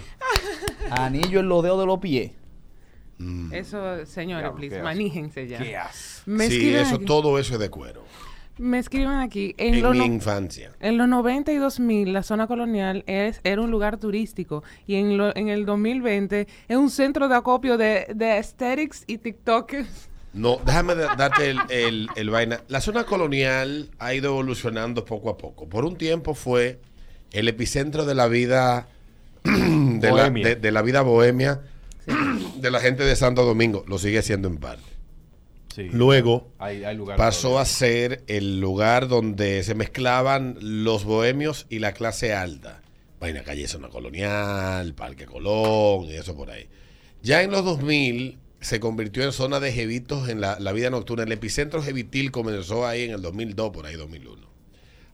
I: Anillo en los dedos de los pies.
B: Eso, señores,
I: Diablo, qué
B: please,
I: asco.
B: maníjense ya.
I: Qué
B: Me
A: Mm. sí,
B: escriben
A: eso,
B: aquí-
A: todo eso es de cuero.
B: Me escriben aquí. En,
A: En
B: lo
A: mi
B: no-
A: infancia.
B: En los 90 y 2000, la zona colonial es, era un lugar turístico. Y en, lo- en el 2020 es un centro de acopio de, de aesthetics y TikTokers.
A: No, déjame da- darte el, el- el vaina. La zona colonial ha ido evolucionando poco a poco. Por un tiempo fue el epicentro de la vida de, la,
D: Bohemia.
A: de- de la vida bohemia de la gente de Santo Domingo. Lo sigue siendo en parte. Luego
D: Hay- hay lugares
A: pasó a ser el lugar donde se mezclaban los bohemios y la clase alta. Vaina calle Zona Colonial, Parque Colón y eso por ahí. Ya en los 2000 se convirtió en zona de jevitos en la, la vida nocturna. El epicentro jevitil comenzó ahí en el 2002, por ahí 2001.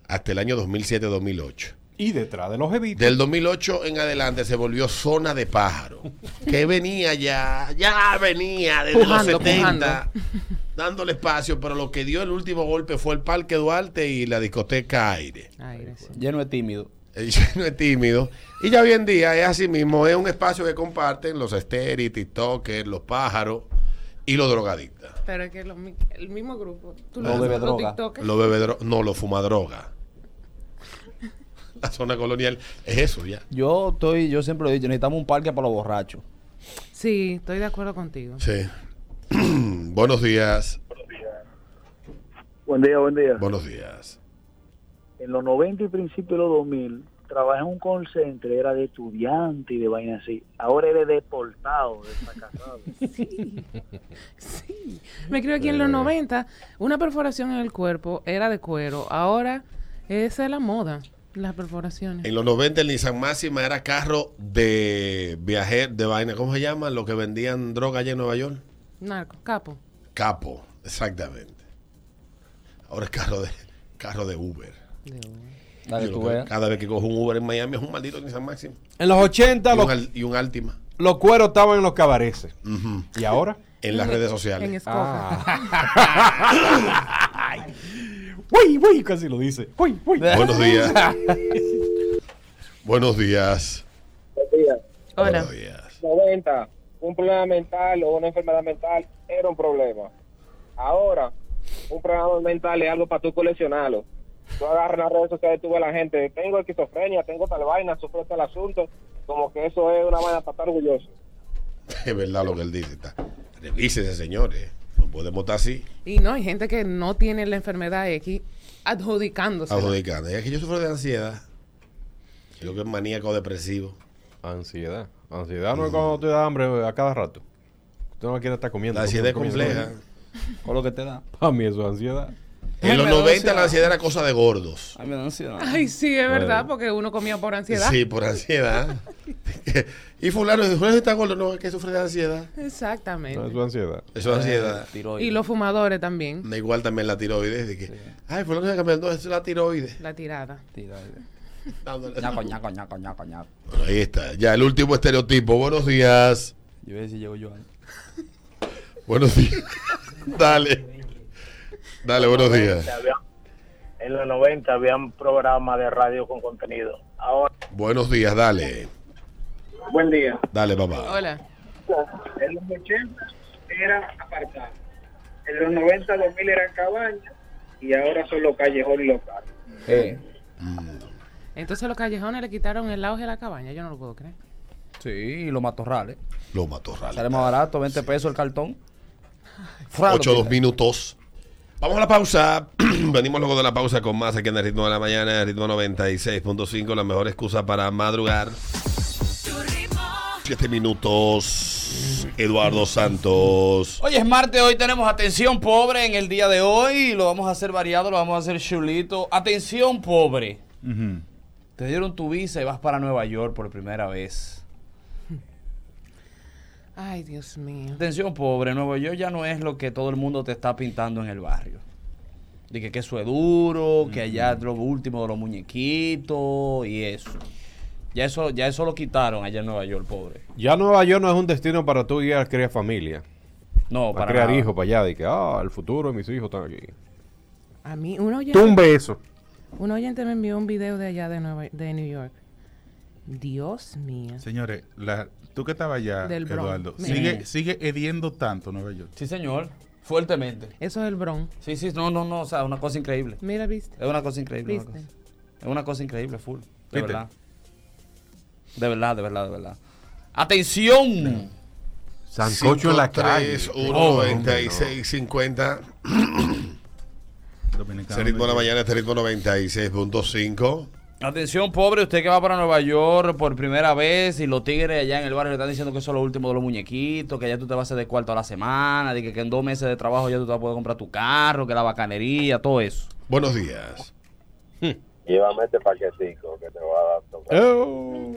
A: Hasta el año 2007-2008.
D: Y detrás de los jevitos.
A: Del 2008 en adelante se volvió zona de pájaro. Que venía ya, ya venía desde
O: Pujando,
A: los 70 dándole espacio, pero lo que dio el último golpe fue el Parque Duarte y la discoteca Aire.
I: Lleno de tímido.
A: Lleno de tímido. Y ya hoy en día es así mismo, es un espacio que comparten los esteris, TikTokers, los pájaros y los drogadictos.
B: Pero es que los mi- el mismo grupo. Tú
A: Los
B: lo-
A: bebedroga.
B: TikTokers.
A: Los bebedro no, los fumadroga. La zona colonial es eso ya.
I: Yo estoy, yo siempre lo he dicho, necesitamos un parque para los borrachos.
B: Sí, estoy de acuerdo contigo.
A: Sí. Buenos días.
P: Buen día, buen día.
A: Buenos días.
P: En los 90 y principios de los 2000, trabajé en un call center, era de estudiante y de vaina así. Ahora eres deportado, de fracasado.
B: Sí. Me creo que en los 90 una perforación en el cuerpo era de cuero. Ahora esa es la moda, las perforaciones.
A: En los 90 el Nissan Máxima era carro de viaje, de vaina, ¿cómo se llama? Lo que vendían droga allá en Nueva York.
B: Narco, capo.
A: Capo, exactamente. Ahora es carro de, carro de Uber.
I: Dale,
A: Yo
I: tú eh.
A: lo que-
I: veas.
A: cada vez que cojo un Uber en Miami es un maldito Nissan Maxim.
D: En los 80
A: Y un,
D: los,
A: al- y un Altima.
D: los cueros estaban en los cabareces. ¿Y ahora?
A: En las redes sociales.
D: En
A: Escoja.
D: Uy, uy, casi lo dice. Uy, uy.
A: Buenos días. Buenos días.
B: Hola.
M: 90, un problema mental o una enfermedad mental era un problema. Ahora, un problema mental es algo para tú coleccionarlo. Tú agarras las redes sociales, tú ves a la gente, tengo esquizofrenia, tengo tal vaina, sufro tal asunto, como que eso es una vaina para estar orgulloso.
A: Es verdad lo que él dice. Está. Revísese, señores. No podemos estar así.
B: Y no, hay gente que no tiene la enfermedad X adjudicándose.
A: Adjudicando. Es que yo sufro de ansiedad. Yo que es maníaco depresivo.
D: Ansiedad. Ansiedad no es cuando te da hambre a cada rato. Tú no quieres estar comiendo.
A: La ansiedad es
D: comiendo,
A: compleja.
D: comiendo.
I: Con lo que te da.
D: A mí eso es ansiedad.
I: Eh,
A: En los 90 la ansiedad era cosa de gordos.
I: Ay, me da ansiedad.
B: Ay, sí, es verdad, porque uno comía por ansiedad.
A: Sí, por ansiedad. y fulano, fulano está gordo, no, es que sufre de ansiedad.
B: Exactamente.
I: eh.
A: es ansiedad. Eso es ansiedad.
B: Y los fumadores también,
A: Da igual también la tiroides. De que, Ay, fulano se cambiando, es la tiroides.
B: la tirada.
A: Dándole-
I: Ñaco, ñaco, ñaco, ñaco, ñaco.
A: Bueno, ahí está, ya el último estereotipo. Buenos días.
I: Yo voy a decir, llego yo ahí.
A: Buenos días. Dale. Dale, buenos días.
Q: En los 90 habían programas de radio con contenido. Ahora,
A: Buenos días, dale.
Q: buen día.
A: Dale, papá.
B: Hola.
Q: En los 80 era apartado. En los 90, 2000 eran cabañas y ahora son los callejones locales.
I: Eh.
B: Entonces los callejones le quitaron el auge a la cabaña, yo no lo puedo creer.
I: Sí, y los matorrales.
A: Los matorrales.
I: Sale más barato, 20 pesos el cartón. Fralo,
A: Ocho, dos
I: mira.
A: minutos. Vamos a la pausa. Venimos luego de la pausa con más aquí en el ritmo de la mañana, en el ritmo 96.5, la mejor excusa para madrugar. Siete minutos. Eduardo Santos.
I: Hoy es martes, hoy tenemos atención pobre en el día de hoy. Lo vamos a hacer variado, lo vamos a hacer chulito. Atención pobre. Te dieron tu visa y vas para Nueva York por primera vez.
B: Ay, Dios mío.
I: Atención, pobre, Nueva York ya no es lo que todo el mundo te está pintando en el barrio. De que, que eso es duro, que allá es lo último de los muñequitos y eso. Ya eso, ya eso lo quitaron allá en Nueva York, pobre.
D: Ya Nueva York no es un destino para tú ir a crear familia.
I: No,
D: para
I: para
D: crear
I: nada.
D: hijos para allá. De que, ah, el futuro de mis hijos están aquí.
B: A mí, un oyente,
D: Tumbe eso.
B: un oyente me envió un video de allá de, Nueva- de New York. Dios mío.
O: Señores, la- tú que estabas allá,
B: Del Bronx.
O: Eduardo,
B: Sí.
O: sigue, sigue hediendo tanto Nueva York.
I: Sí, señor. Fuertemente.
B: Eso es el bron.
I: Sí, sí, no, no, no, o sea, una cosa increíble.
B: Mira, viste.
I: Es una cosa increíble. una
B: Viste.
I: cosa. Es una cosa increíble, full. De
B: Viste.
I: verdad. De verdad, de verdad, de verdad. ¡Atención!
A: Sancocho en la calle. Oh, 96, 50. Este ritmo de la mañana, este ritmo 96.5.
I: Atención, pobre, usted que va para Nueva York por primera vez y los tigres allá en el barrio le están diciendo que eso es lo último de los muñequitos, que ya tú te vas a hacer de cuarto a la semana, de que, que en dos meses de trabajo ya tú te vas a poder comprar tu carro, que la bacanería, todo eso.
A: Buenos días.
N: Llévame este paquetico que te va a dar.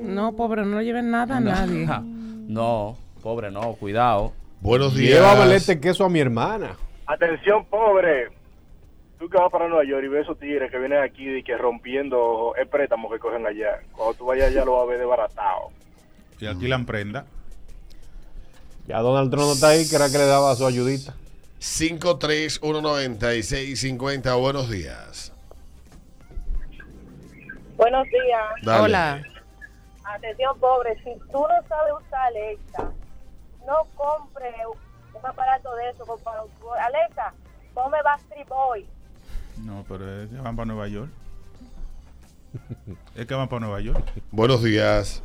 B: No, pobre, no lleven nada a nadie.
I: No, pobre, no, cuidado.
A: Buenos
D: Llévame este queso a mi hermana.
K: Atención, pobre. Tú que vas para Nueva York y ves esos tigres que vienen aquí y que rompiendo el préstamo que cogen allá. Cuando tú vayas allá lo vas a ver desbaratado.
O: Y aquí la prenda.
D: Ya Donald Trump no está ahí, que era que le daba su ayudita.
A: 5319650. Buenos días.
G: Buenos días.
A: Dale. Hola.
G: Atención, pobre. Si tú no sabes usar Alexa, no compre un aparato de eso. por favor. Alexa, ponme Bastry Boy.
O: No, pero es que van para Nueva York. es que van para Nueva York.
A: Buenos días.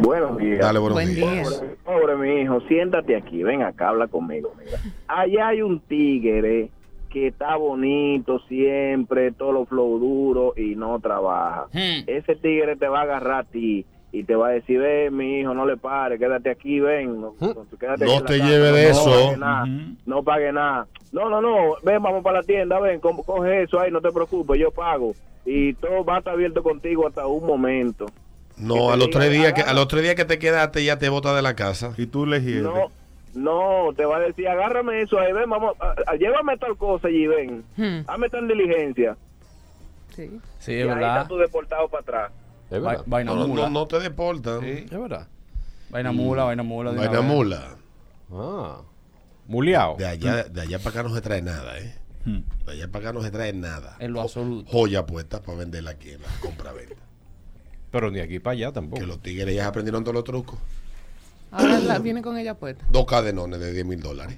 K: Buenos días.
A: Dale, buenos Buen días.
K: Pobre, pobre, mi hijo, siéntate aquí, ven acá, habla conmigo. Mira. Allá hay un tigre que está bonito siempre, todo lo flow duro y no trabaja.
I: Hmm.
K: Ese tigre te va a agarrar a ti y te va a decir, ven, mi hijo, no le pare, quédate aquí, ven. No, quédate
A: No
K: aquí en la
A: te
K: casa,
A: lleve de eso.
K: pague nada, no pague nada. No, no, no, ven, vamos para la tienda, ven, co- coge eso ahí, no te preocupes, yo pago. Y todo va a estar abierto contigo hasta un momento.
A: No, a los tres días que a los tres días que te quedaste ya te bota de la casa.
O: Y tú le
K: No, no, te va a decir, agárrame eso, ahí ven, vamos, a- a- llévame tal cosa allí, ven.
A: Hmm.
K: Hazme tal diligencia.
B: Sí.
I: Sí,
K: y
I: es
K: ahí
I: verdad.
K: está tu deportado para atrás.
I: Es verdad. Va- vaina
A: no, no,
I: mula.
A: no, no te deportan.
D: Es verdad.
I: Vaina mula, vaina mula. de una
A: Vaina
I: vez.
A: mula.
D: Ah. Muleado.
A: De allá,
I: Mm.
A: de allá para acá no se trae nada, ¿eh? De allá para acá no se trae nada.
I: En lo absoluto.
A: Joya puesta para venderla aquí en la compra-venta.
D: Pero ni aquí para allá
I: Oh.
D: tampoco.
A: Que los tigres ya aprendieron todos los trucos.
B: Ahora la, viene con ella puesta.
A: Dos cadenones de 10 mil dólares.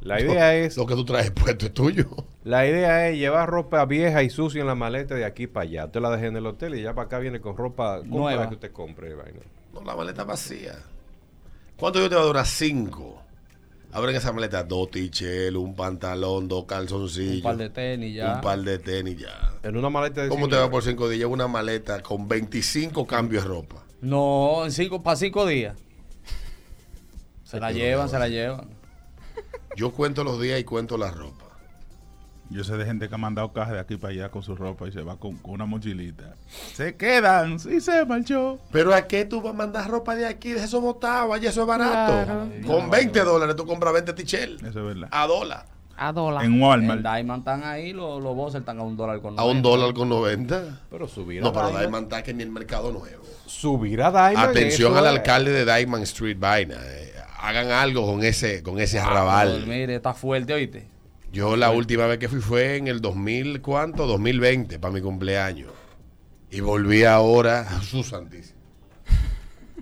D: La idea es.
A: Lo que tú traes puesto es tuyo.
D: La idea es llevar ropa vieja y sucia en la maleta de aquí para allá. Usted la deja en el hotel y ya para acá viene con ropa compra
A: Nueva.
D: que usted compre. y vaina.
A: No, la maleta vacía. ¿Cuánto yo te va a durar? Cinco. Abren esa maleta. Dos tichelos, un pantalón, dos calzoncillos.
I: Un par de tenis ya.
A: Un par de tenis ya.
D: En una maleta de
A: ¿Cómo
I: cinco
A: te va
I: horas.
A: por cinco días? Lleva una maleta con 25 cambios de ropa.
I: No, en cinco, para cinco días. Se la llevan, se la llevan.
A: Yo cuento los días y cuento la ropa.
O: Yo sé de gente que ha mandado cajas de aquí para allá con su ropa y se va con, con una mochilita. Se quedan, sí se marchó.
A: Pero ¿a qué tú vas a mandar ropa de aquí? De eso botado, allá eso es barato.
O: Claro.
A: Con 20 dólares tú compras 20 tichel.
O: Eso es verdad.
A: A dólar.
B: A dólar.
O: En Walmart.
I: En Diamond están ahí, los, los bosses están a un dólar con
A: A un
I: noventa.
A: dólar con 90.
D: Pero subirá.
A: No, pero
D: Diamond.
A: Diamond está que ni el mercado nuevo.
D: Subirá Diamond.
A: Atención
D: eso
A: al
D: es.
A: alcalde de Diamond Street Vaina. eh. hagan algo con ese, con ese
D: Ah,
A: arrabal.
I: Mire, Ah, está fuerte, oíste.
A: Yo la última vez que fui fue en el 2000, ¿cuánto? 2020, para mi cumpleaños. Y volví ahora, Jesús Santísimo.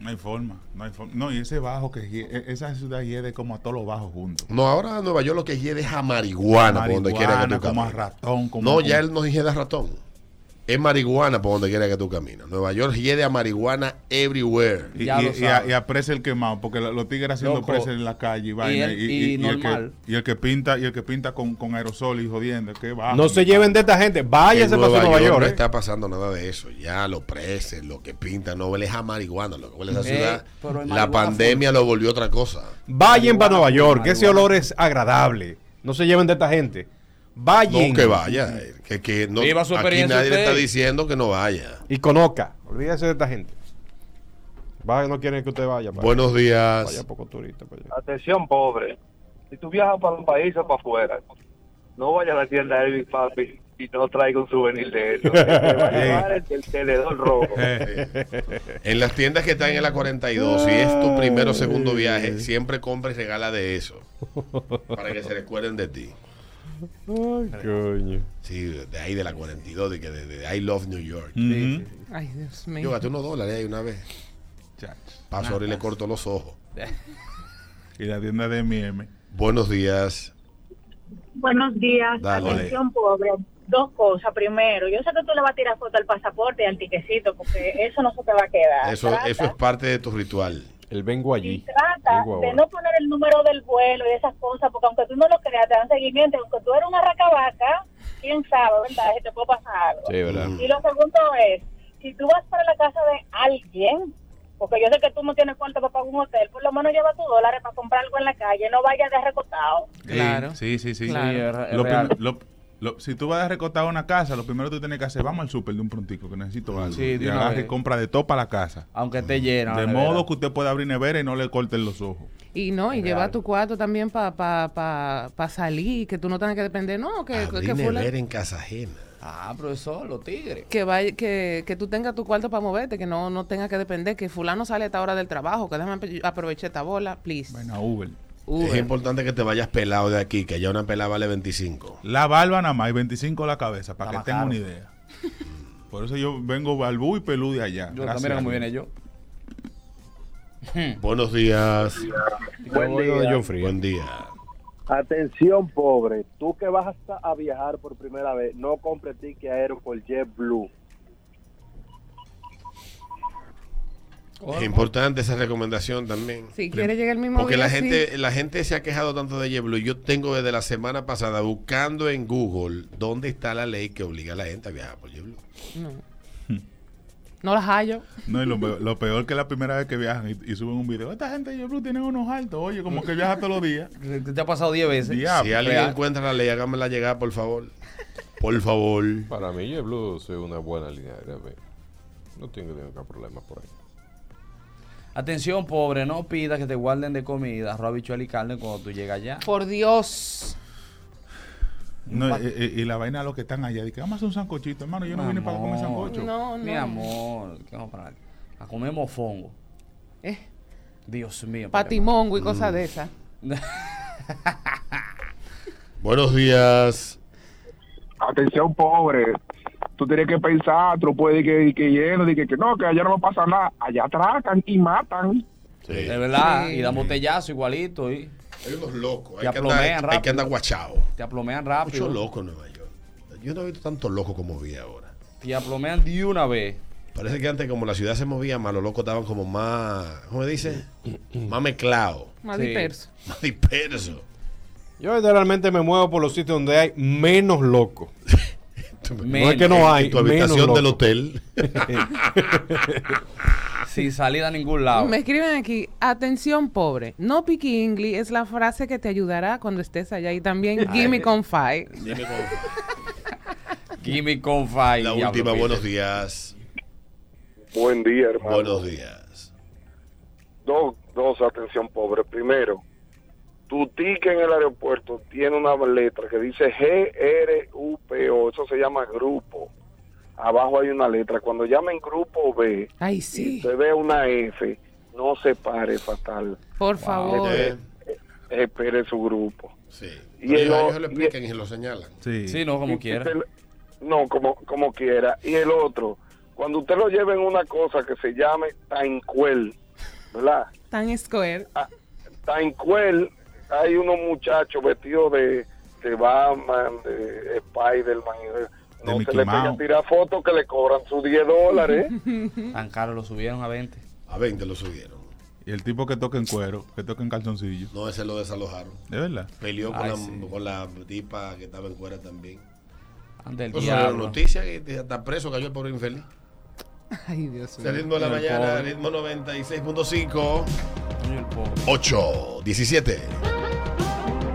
O: No hay forma, no hay forma. No, y ese bajo que hie- e- esa ciudad hiede como a todos los bajos juntos.
A: No, ahora Nueva York lo que hiede es a marihuana, por donde quiera que tú
O: Marihuana, como a
A: camines.
O: ratón, como
A: No,
O: como-
A: ya él no hiede a ratón. Es marihuana por donde quiera que tú caminas. Nueva York hiede a marihuana everywhere.
O: Y, y- y a- y apresa el quemado, porque la- los tigres haciendo
A: Loco.
O: presa en la calle y vaina.
A: el- y
O: el que,
A: normal.
O: y el que pinta, y el que pinta con, con aerosol y jodiendo, que bajo.
D: Ah, No se lleven de esta gente. Váyanse
A: en
D: para Nueva York.
A: no
D: ¿eh?
A: está pasando nada de eso. Ya lo preses, lo que pintan, no huele a marihuana, lo que huele a esa
D: Eh,
A: ciudad.
D: pero hay
A: la
D: marihuana
A: pandemia lo volvió otra cosa.
D: Vayan para Nueva York, que ese olor es agradable. No se lleven de esta gente. Vayan.
A: No que vaya, eh, que, que no,
D: Viva su
A: aquí
D: experiencia
A: nadie le
D: usted.
A: está diciendo que no vaya.
D: Y conozca. Olvídese de esta gente. Vaya, no quieren que usted vaya. para
A: Buenos
D: allá.
A: días.
D: Vaya pues. poco turista para allá.
R: Atención, pobre. Si tú viajas para un país o para afuera, no vayas a la tienda de Elvis Papi y no traiga un souvenir de eso. Te va a
O: Eh.
R: llevar el, del tenedor rojo.
A: En las tiendas que están en la 42, si es tu primero o segundo viaje, siempre compra y regala de eso. Para que se recuerden de ti.
D: Ay, coño.
A: Sí, de ahí de la 42, de que de, de I Love New York.
D: Mm.
O: Sí, sí,
B: Ay, Dios mío.
A: Yo gasté unos dólares ahí una vez. Paso ahora y le corto los ojos.
O: Y la tienda de MM.
A: Buenos días.
S: Buenos días.
A: Dale.
S: Atención, pobre. Dos cosas. Primero, yo sé que tú le vas a tirar foto al pasaporte y al tiquecito, porque eso no se te va a quedar.
A: Eso,
S: trata,
A: eso es parte de tu ritual.
D: El vengo allí.
S: trata
A: Digo
S: de
A: ahora.
S: no poner el número del vuelo y esas cosas, porque aunque tú no lo creas, te dan seguimiento. Aunque tú eres una racabaca, quién sabe, ¿verdad? Si te puede pasar algo.
D: Sí, ¿verdad?
A: Mm.
S: Y lo segundo es, si tú vas para la casa de alguien, porque yo sé que tú no tienes cuarto para pagar un hotel, por lo menos lleva tus dólares para comprar algo en la calle, no vayas de recotado.
O: Claro. Sí, sí, sí.
I: Claro. Sí, es re- es
O: Lo
I: real.
O: prim- lo- lo- si tú vas a recortar una casa, lo primero que tú tienes que hacer, vamos al súper de un prontico, que necesito algo.
I: Sí, de
O: y
I: una
O: agarre
I: vez.
O: y compra de todo para la casa.
I: Aunque esté llena.
O: De
I: la
O: modo
I: nevera.
O: que usted pueda abrir nevera y no le corten los ojos.
B: Y no, y lleva tu cuarto también para pa, pa, pa salir, que tú no tengas que depender, no, que, que,
A: Abrí
B: fula-
A: nevera en casa ajena.
I: Ah, profesor, los tigres.
B: que, vaya, que, que tú tengas tu cuarto para moverte, que no, no tengas que depender, que fulano sale a esta hora del trabajo, que déjame apro- aprovechar esta bola, please.
O: Bueno, Uber.
A: Es importante que te vayas pelado de aquí, que allá una pelada vale 25.
O: La barba nada más y 25 la cabeza, para
A: más
O: que tengan una
A: caro.
O: idea. Por eso yo vengo balbú y pelú de allá.
I: Yo también, como viene yo.
A: Buenos días.
K: Buen día.
A: Buen día.
K: Atención, pobre. Tú que vas hasta a viajar por primera vez, no compre ticket aéreo por JetBlue.
A: Es importante esa recomendación también.
B: Si quiere llegar el mismo
A: Porque
B: día,
A: la
B: sí.
A: gente, la gente se ha quejado tanto de JetBlue. Yo tengo desde la semana pasada buscando en Google dónde está la ley que obliga a la gente a viajar por JetBlue.
B: No. No las hallo.
O: No, y lo, peor- lo peor que la primera vez que viajan y, y suben un video. Esta gente de JetBlue tiene unos altos, oye, como que viaja todos los días.
I: Te ha pasado 10 veces.
O: Diablo.
A: si alguien
O: real.
A: encuentra la ley, hágamela llegar, por favor. Por favor.
D: Para mí, JetBlue es una buena línea aérea. ve. No tengo ningún problema por ahí.
I: Atención, pobre, no pidas que te guarden de comida, arroz, habichuela y carne cuando tú llegas allá.
B: Por Dios.
O: No, y, y- y la vaina de los que están allá, de que vamos a hacer un sancochito, hermano. Yo no vine para comer sancocho.
B: No, no.
I: Mi amor, ¿qué vamos para A comer mofongo.
B: Eh.
I: Dios mío.
B: Patimongo y cosas de esas.
A: Buenos días.
H: Atención, pobre. Tú tienes que pensar, tú no puedes decir que, que lleno, de que, que no, que allá no va a pasar nada. Allá atracan y matan.
I: De verdad,
A: Sí.
I: y dan botellazo igualito. Y
A: Eh, Hay unos locos, hay
I: Te
A: que, andar,
I: aplomean
A: hay que andar
I: rápido.
A: guachao.
I: te aplomean rápido.
A: Mucho loco en Nueva York. Yo no he visto tantos locos como vi ahora.
I: Te aplomean de una vez.
A: Parece que antes, como la ciudad se movía más, los locos estaban como más. ¿Cómo se dice? Más mezclados.
B: Más disperso.
A: Más dispersos.
D: Yo generalmente me muevo por los sitios donde hay menos locos. No es que
A: En-
D: no hay.
A: En tu habitación
D: menos
A: del
D: locos.
A: hotel.
I: Sin salida a ningún lado.
B: Me escriben aquí, atención pobre, no piqui ingli es la frase que te ayudará cuando estés allá y también
I: Ay.
B: gimme con five.
I: Gimme confide.
A: La
I: diablo,
A: última,
I: Peter.
A: buenos días.
T: Buen día, hermano.
A: Buenos días.
T: Dos, dos, atención, pobre. Primero, tu ticket en el aeropuerto tiene una letra que dice G-R-U-P-O. Eso se llama grupo. Abajo hay una letra. Cuando llamen grupo B,
B: Ay, sí.
T: y usted ve una F, no se pare, fatal.
B: Por favor.
T: Espere, espere su grupo.
A: Eh, Sí.
T: Y el,
A: ellos,
T: o-
A: ellos lo explican y se lo señalan.
O: Sí.
I: no, como
T: Y- y
I: quiera.
T: se le- no, como, como quiera. Y el otro, cuando usted lo lleve en una cosa que se llame Tancuel, ¿verdad?
B: Tan square.
T: Tancuel, hay unos muchachos vestidos de, de Batman, de Spider-Man. y de- No se
I: Mickey
T: le pega
I: Mouse.
T: tirar fotos que le cobran sus 10 dólares.
I: Tan caro lo subieron a 20.
A: A 20 lo subieron.
O: Y el tipo que toca en cuero, que toca en calzoncillo.
A: No, ese lo desalojaron.
O: ¿De verdad?
A: Peleó con,
O: Ay,
A: la,
O: sí.
A: con la tipa que estaba en cuera también.
I: Anda el
A: Pues salieron
I: diablo.
A: noticias que hasta preso cayó el pobre infeliz.
B: Ay, Dios mío.
A: Saliendo de la
I: El
A: mañana,
I: pobre.
A: ritmo 96.5.
I: Ay, el pobre.
A: 8, 17.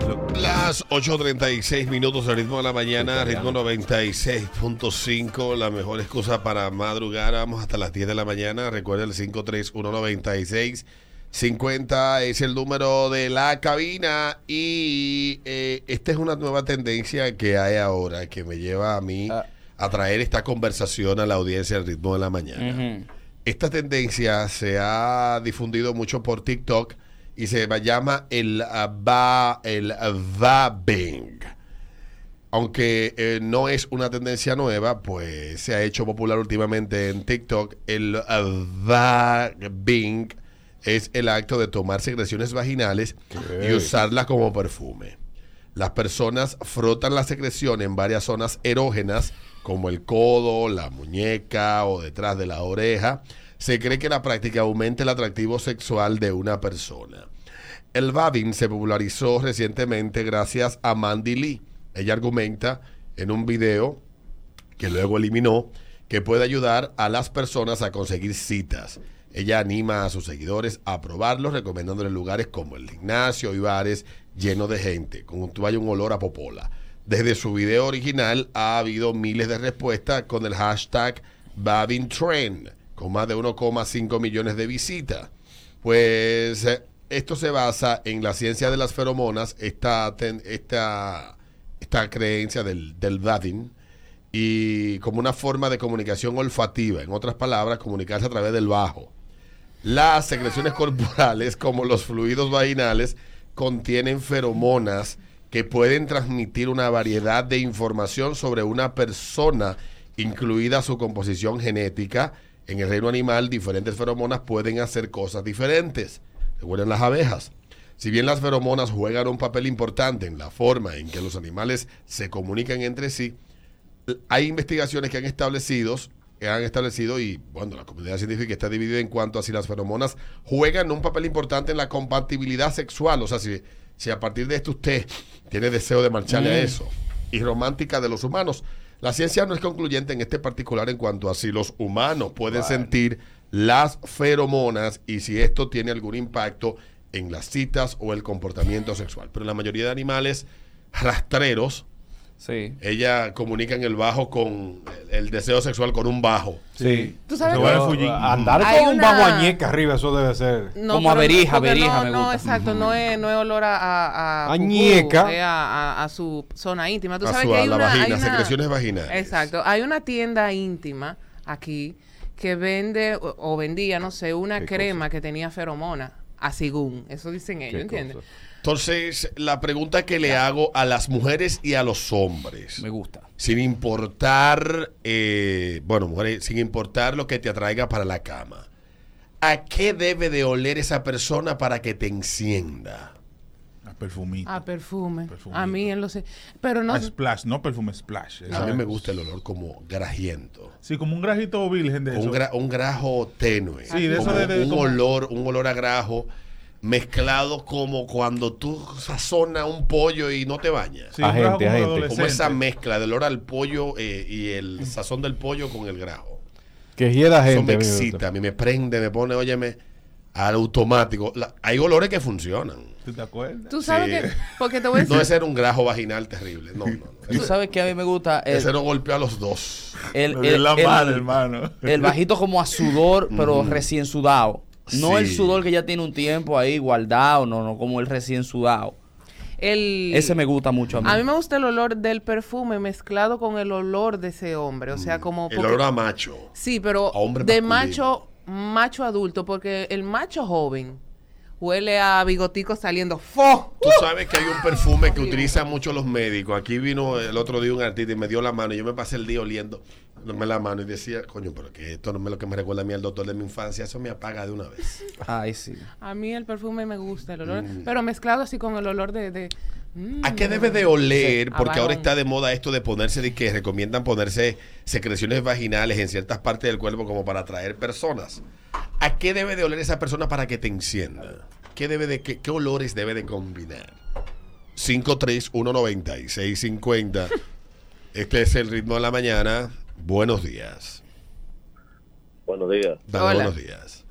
A: Son las 8.36 minutos al ritmo de la mañana, ritmo 96.5, la mejor excusa para madrugar. Vamos hasta las 10 de la mañana. Recuerda el 5319650 es el número de la cabina. Y eh, esta es una nueva tendencia que hay ahora que me lleva a mí a traer esta conversación a la audiencia al ritmo de la mañana. Esta tendencia se ha difundido mucho por TikTok y se va- llama el ah, va el ah, vaping. Aunque eh, no es una tendencia nueva, pues se ha hecho popular últimamente en TikTok. El ah, vaping es el acto de tomar secreciones vaginales y usarlas como perfume. Las personas frotan la secreción en varias zonas erógenas, como el codo, la muñeca o detrás de la oreja. Se cree que la práctica aumenta el atractivo sexual de una persona. El vabbing se popularizó recientemente gracias a Mandy Lee. Ella argumenta en un video que luego eliminó, que puede ayudar a las personas a conseguir citas. Ella anima a sus seguidores a probarlos, recomendándoles lugares como el gimnasio y bares llenos de gente, con tú hay un olor a popola. Desde su video original ha habido miles de respuestas con el hashtag BabinTrend, con más de 1,5 millones de visitas. Pues eh, esto se basa en la ciencia de las feromonas, esta, ten- esta, esta creencia del, del Babin y como una forma de comunicación olfativa, en otras palabras, comunicarse a través del bajo. Las secreciones corporales, como los fluidos vaginales, contienen feromonas que pueden transmitir una variedad de información sobre una persona, incluida su composición genética. En el reino animal, diferentes feromonas pueden hacer cosas diferentes. Recuerden las abejas. Si bien las feromonas juegan un papel importante en la forma en que los animales se comunican entre sí, hay investigaciones que han establecido, que han establecido y bueno, la comunidad científica está dividida en cuanto a si las feromonas juegan un papel importante en la compatibilidad sexual, o sea, si, si a partir de esto usted tiene deseo de marcharle a
U: Mm.
A: eso y romántica de los humanos. La ciencia no es concluyente en este particular en cuanto a si los humanos pueden sentir las feromonas y si esto tiene algún impacto en las citas o el comportamiento sexual. Pero la mayoría de animales rastreros,
I: sí.
A: ella comunican el bajo con el, el deseo sexual con un bajo.
D: Sí.
B: Tú sabes
D: Pero
B: que-
D: andar
B: Hay
D: con un
B: una-
D: bajo añeca arriba, eso debe ser.
B: No, pero- porque no, no, exacto, no es, no es olor a... A, a,
D: A
B: pupú,
D: ñeca.
B: eh, a, a- a su zona íntima. Tú
A: A
B: sabes
A: su-
B: que
A: a
B: hay
A: la
B: una, hay
A: vagina,
B: una-
A: secreciones vaginales.
B: Exacto. Hay una tienda íntima aquí que vende o, o vendía, no sé, una
A: ¿Qué
B: crema que tenía feromona, a según. Eso dicen ellos,
A: ¿Qué
B: ¿entiendes?
A: Entonces, la pregunta que le hago a las mujeres y a los hombres. Me
I: gusta.
A: Sin importar, eh, bueno, mujeres, sin importar lo que te atraiga para la cama. ¿A qué debe de oler esa persona para que te encienda?
O: A perfumito.
B: A perfume. A mí, él lo sé. Pero Ah,
A: Ah,
B: no...
O: A splash, no perfume splash.
A: A mí me gusta el olor como grajiento.
O: Sí, como un grajito virgen de
A: Un,
O: eso.
A: gra- un grajo tenue.
O: Sí, de eso
A: Como
O: de- de-
A: un
O: como-
A: olor, un olor a grajo mezclado como cuando tú sazonas un pollo y no te bañas.
O: Sí, un Agente, grajo como de agente.
A: Como
O: adolescente.
A: esa mezcla del olor al pollo eh, y el sazón del pollo con el grajo.
D: Que hiera
A: Eso me
D: gente. a mí me gusta.
A: excita, a mí me prende, me pone, óyeme, al automático. La- hay olores que funcionan.
O: ¿Tú te acuerdas?
B: Tú sabes que... Porque te voy a decir...
A: No ese era un grajo vaginal terrible. No, no, no.
I: Tú sabes que a mí me gusta el,
A: Ese no golpeó a los dos.
I: el,
A: Me dio la madre,
O: hermano.
I: el bajito como a sudor, pero
A: Ujú.
I: recién sudado. No el
A: Sí.
I: sudor que ya tiene un tiempo ahí guardado, no, no, como el recién sudado.
B: El...
I: Ese me gusta mucho a mí.
B: A mí me gusta el olor del perfume mezclado con el olor de ese hombre. O sea, como...
A: Mm, El
B: porque-
A: olor a macho.
B: Sí, pero
A: A hombre
B: de
A: masculino.
B: macho, macho adulto, porque el macho joven huele a bigotico saliendo ¡Fo!
A: Tú sabes que hay un perfume que utilizan mucho los médicos. Aquí vino el otro día un artista y me dio la mano. Y yo me pasé el día oliendo dándome la mano y decía, coño, pero que esto no es lo que me recuerda a mí al doctor de mi infancia. Eso me apaga de una vez.
I: Ay, sí.
B: A mí el perfume me gusta, el olor,
A: Mm.
B: pero mezclado así con el olor de... de- mm.
A: ¿A qué debe de oler?
B: Sí, a
A: Porque ahora
B: varón.
A: está de moda esto de ponerse, de que recomiendan ponerse secreciones vaginales en ciertas partes del cuerpo como para atraer personas. ¿A qué debe de oler esa persona para que te encienda? ¿Qué, debe de, qué, qué olores debe de combinar? 5319650. Este es el ritmo de la mañana. Buenos días.
V: Buenos días.
A: Dale, buenos días.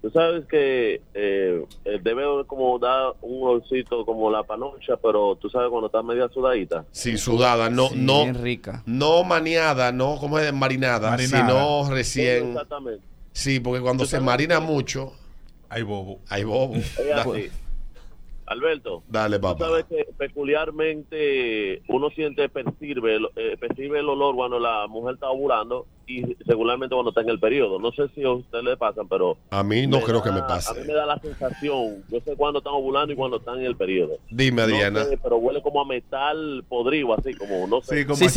U: Tú sabes que eh, eh, debe como dar un olorcito como la panocha, pero tú sabes cuando está media sudadita.
A: Sí, sudada, no,
U: Sí,
A: no,
U: bien
A: no maniada, no como es marinada,
U: Marinada.
A: sino recién.
U: Exactamente.
A: Sí, porque cuando se marina mucho. Hay bobo. Hay bobo.
U: Es
A: Da-
U: así. Alberto.
A: dale,
U: Tú
A: papá.
U: sabes que peculiarmente uno siente, percibe, el- eh, percibe el olor cuando la mujer está ovulando y regularmente cuando está en el periodo. No sé si a usted le pasan, pero
A: A mí no
U: me
A: creo que
U: da-
A: me
U: A mí
A: pase.
U: me da la sensación, yo sé cuándo están ovulando y cuando están en el periodo.
A: Dime,
U: No
A: Diana.
U: sé, pero huele como a metal podrido, así como, no sé.
A: Sí,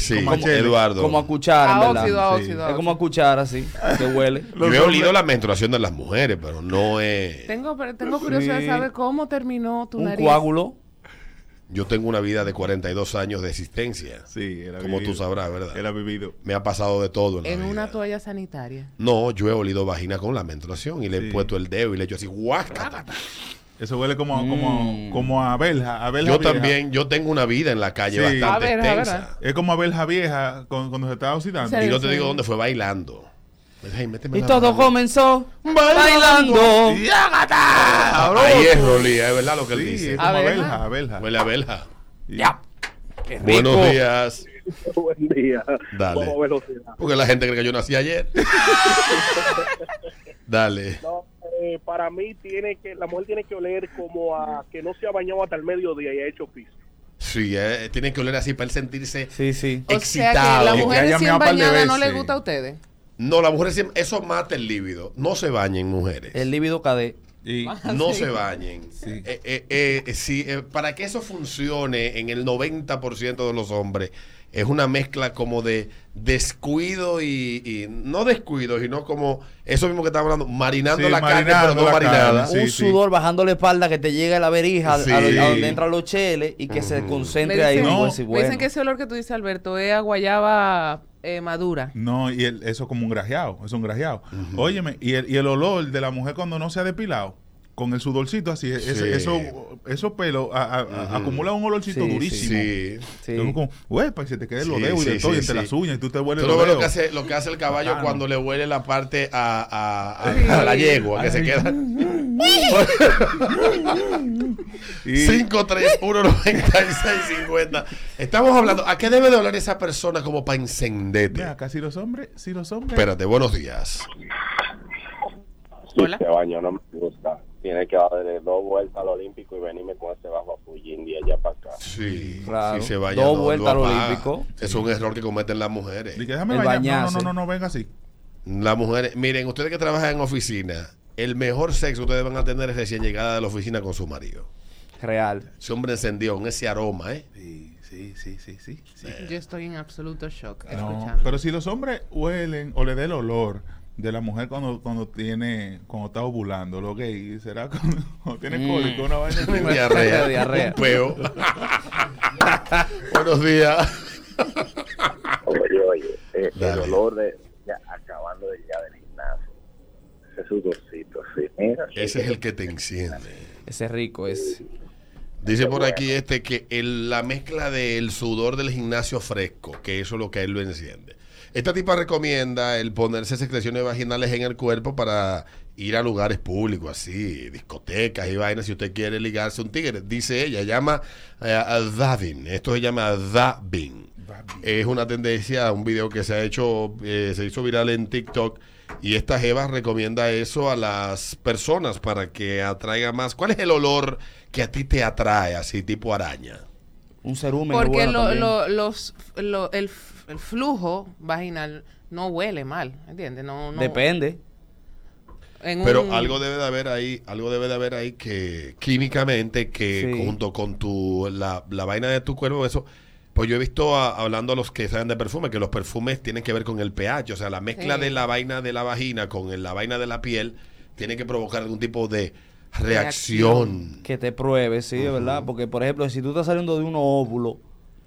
A: sí, Eduardo.
I: Como a cuchara,
A: A
I: en verdad.
A: óxido, a óxido, a
I: Es como a cuchara, sí. Que huele.
A: Yo he olido la menstruación de las mujeres, pero no es.
B: Tengo, pero tengo curiosidad de
I: Sí.
B: saber cómo terminó tu nariz.
A: Yo tengo una vida de 42 años de existencia. Sí, Como tú sabrás, ¿verdad? Él ha vivido. Me ha pasado de todo. en la
B: En
A: vida.
B: una toalla sanitaria.
A: No, yo he olido vagina con la menstruación y le he puesto el dedo y le he hecho así, guácata.
O: Eso huele como,
I: Mm.
O: como, como a belja. A belja
A: Yo
O: vieja.
A: también, yo tengo una vida en la calle
O: Sí.
A: bastante extensa.
O: Es como a belja vieja con- cuando se está oxidando.
A: Y no te digo dónde fue bailando. Pues, ay, méteme
I: Y
A: la
I: todo
A: mano.
I: comenzó
A: Bailando.
I: bailando.
A: Ahí es Rolía, es verdad lo que él
O: Sí,
A: dice.
O: es como a
A: Abeja.
O: belja, a belja.
A: Huele a belja.
I: Ya.
A: Buenos días.
Q: Buen día.
A: Dale.
Q: Vamos a velocidad.
A: Porque la gente cree que yo nací ayer. Dale.
M: No, eh, para mí tiene que la mujer tiene que oler como a que no se ha bañado hasta el mediodía y ha hecho pis.
A: Sí, eh, tiene que oler así para él sentirse
I: sí, sí.
B: O sea que la mujer recién bañada no le gusta a ustedes.
A: No, las mujeres siempre- eso mata el líbido. No se bañen, mujeres. El
I: líbido cade.
A: No
I: Ah, Sí.
A: se bañen. Eh, eh, eh, eh, sí, eh, para que eso funcione en el 90% de los hombres, es una mezcla como de descuido y, y- no descuido, sino como eso mismo que estamos hablando, marinando
I: Sí,
A: la carne,
I: marinando
A: pero no
I: la
A: marinada.
I: carne, Un sudor bajando la espalda que te llegue la verija a-
A: Ah, Sí.
I: a, a donde entran los cheles y que se
B: Me
I: concentre ahí.
B: dicen,
I: No,
B: me
I: sí,
B: dicen
I: bueno.
B: que ese olor que tú dices, Alberto, es a guayaba eh, madura.
O: No, y el- eso como un grajeado, es un grajeado. Óyeme, y el, y el olor de la mujer cuando no se ha depilado, con el sudorcito así, es-
A: Sí.
O: eso, esos pelos a- a- a-
A: Ujú.
O: acumulan un olorcito
A: Sí,
O: durísimo.
A: sí. Sí.
O: Que uno como, "Ué, para que se te quede el
A: Sí,
O: oleo y de
A: sí,
O: todo, y
A: sí,
O: entre
A: sí.
O: las uñas, y tú te
A: Tú
O: vuelves
A: no ves
O: el
A: lo
O: oleo.
A: que hace, lo que hace el caballo
O: Bacano.
A: cuando le huele la parte a, a- a- a la yegua, que se queda. 5319650. Estamos hablando, ¿a qué debe de oler esa persona como para encenderte?
O: Mira, casi los hombres, si los hombres.
A: Espérate, buenos días.
N: Si Este baño no me gusta. Tiene que darle dos vueltas al Olímpico y venirme con ese bajo a Fujin de allá para acá.
A: Sí,
N: Claro.
A: si se
N: Dos
A: baña, no, lo
N: vueltas al
A: apaga.
N: olímpico.
A: Es un error que cometen las mujeres.
O: Dije, déjame bañar. No, no, no, no, no, venga así.
A: Las mujeres, miren, ustedes que trabajan en oficina, el mejor sexo que ustedes van a tener es recién llegada de la oficina con su marido.
I: Real.
A: Ese hombre encendió con ese aroma, ¿eh?
O: Sí, sí, sí, sí. sí.
B: Yo estoy en absoluto shock
O: No,
B: escuchando.
O: pero si los hombres huelen o le da el olor de la mujer cuando cuando tiene cuando está ovulando, lo gay, será cuando, cuando tiene
A: Mm.
O: cólico, una vaina así?
A: Diarrea, diarrea. Un peo. Buenos días.
K: Oye, oye, eh, el
A: Dale.
K: olor de ya, acabando de llegar del gimnasio. Ese sudorcito, sí. Mira,
A: Ese es el que te enciende.
I: Ese es rico, ese.
A: Dice por aquí este que el- la mezcla del sudor del gimnasio fresco, que eso es lo que a él lo enciende. Esta tipa recomienda el ponerse secreciones vaginales en el cuerpo para ir a lugares públicos, así, discotecas y vainas, si usted quiere ligarse un tigre. Dice ella, llama eh, a Davin. Esto se llama Davin. Es una tendencia, un video que se ha hecho, eh, se hizo viral en TikTok. Y esta Jeva recomienda eso a las personas para que atraiga más. ¿Cuál es el olor que a ti te atrae, así tipo araña?
I: Un cerumen.
B: Porque lo- lo- los, lo- el, f- el flujo vaginal no huele mal, ¿entiendes? No, no-
I: Depende.
B: en
A: Pero
B: un-
A: algo debe de haber ahí, algo debe de haber ahí que químicamente, que junto con tu la, la vaina de tu cuerpo, eso. Pues yo he visto a- hablando a los que saben de perfume, que los perfumes tienen que ver con el pH, o sea, la mezcla
O: Sí.
A: de la vaina de la vagina con el- la vaina de la piel tiene que provocar algún tipo de reacción.
I: Que te pruebe, sí, de ¿verdad? Porque, por ejemplo, si tú estás saliendo de un óvulo.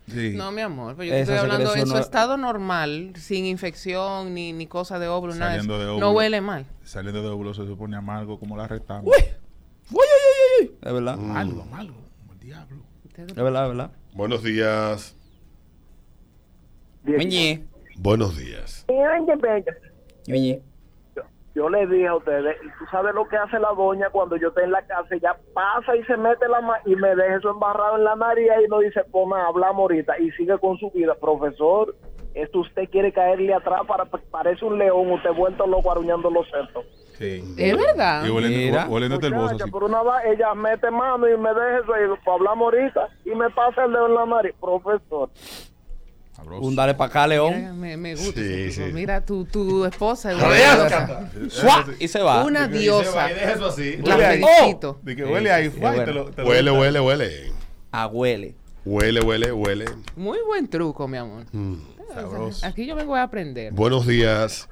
B: No, mi amor, pero yo te
I: Esa
B: estoy hablando
I: secreción
B: en su
I: no-
B: estado normal, sin infección ni, ni cosa de óvulo, nada de
O: Saliendo de
B: eso.
O: óvulo.
B: No huele mal.
O: Saliendo de óvulo se supone amargo como la rectángulo.
I: Es verdad.
O: Mm. Malo, malo.
I: Es verdad, es verdad.
A: Buenos días. Buenos días.
V: Oye, oye, pero-
K: Yo les dije a ustedes, y tú sabes lo que hace la doña cuando yo estoy en la casa, ella pasa y se mete la mano y me deja eso embarrado en la nariz y no dice, pues nada, hablamos ahorita y sigue con su vida. Profesor, esto usted quiere caerle atrás, para parece un león, usted vuelto loco aruñando los cerdos.
O: Sí.
B: Es verdad.
O: Y
B: Mira.
O: huele huele el bozo
K: Muchacha,
O: así.
K: por una va- ella mete mano y me deja eso ahí, pues hablamos ahorita y me pasa el dedo en la nariz. Profesor,
I: Un dale para acá, León.
B: Me, me gusta.
I: Sí,
B: ese tipo.
I: sí.
B: Mira, tu, tu esposa es una
I: Rodea,
B: diosa.
I: Suá, Y se va.
B: Una diosa. La
O: Huele ahí.
B: felicito.
O: Oh, de que huele ahí,
I: Sí,
O: fuá, y
I: bueno.
O: te lo- te lo-
A: Huele, huele, huele.
I: Ah, huele.
A: Huele, huele, huele.
B: Muy buen truco, mi amor.
A: Mm.
B: Aquí yo vengo a aprender.
A: Buenos días.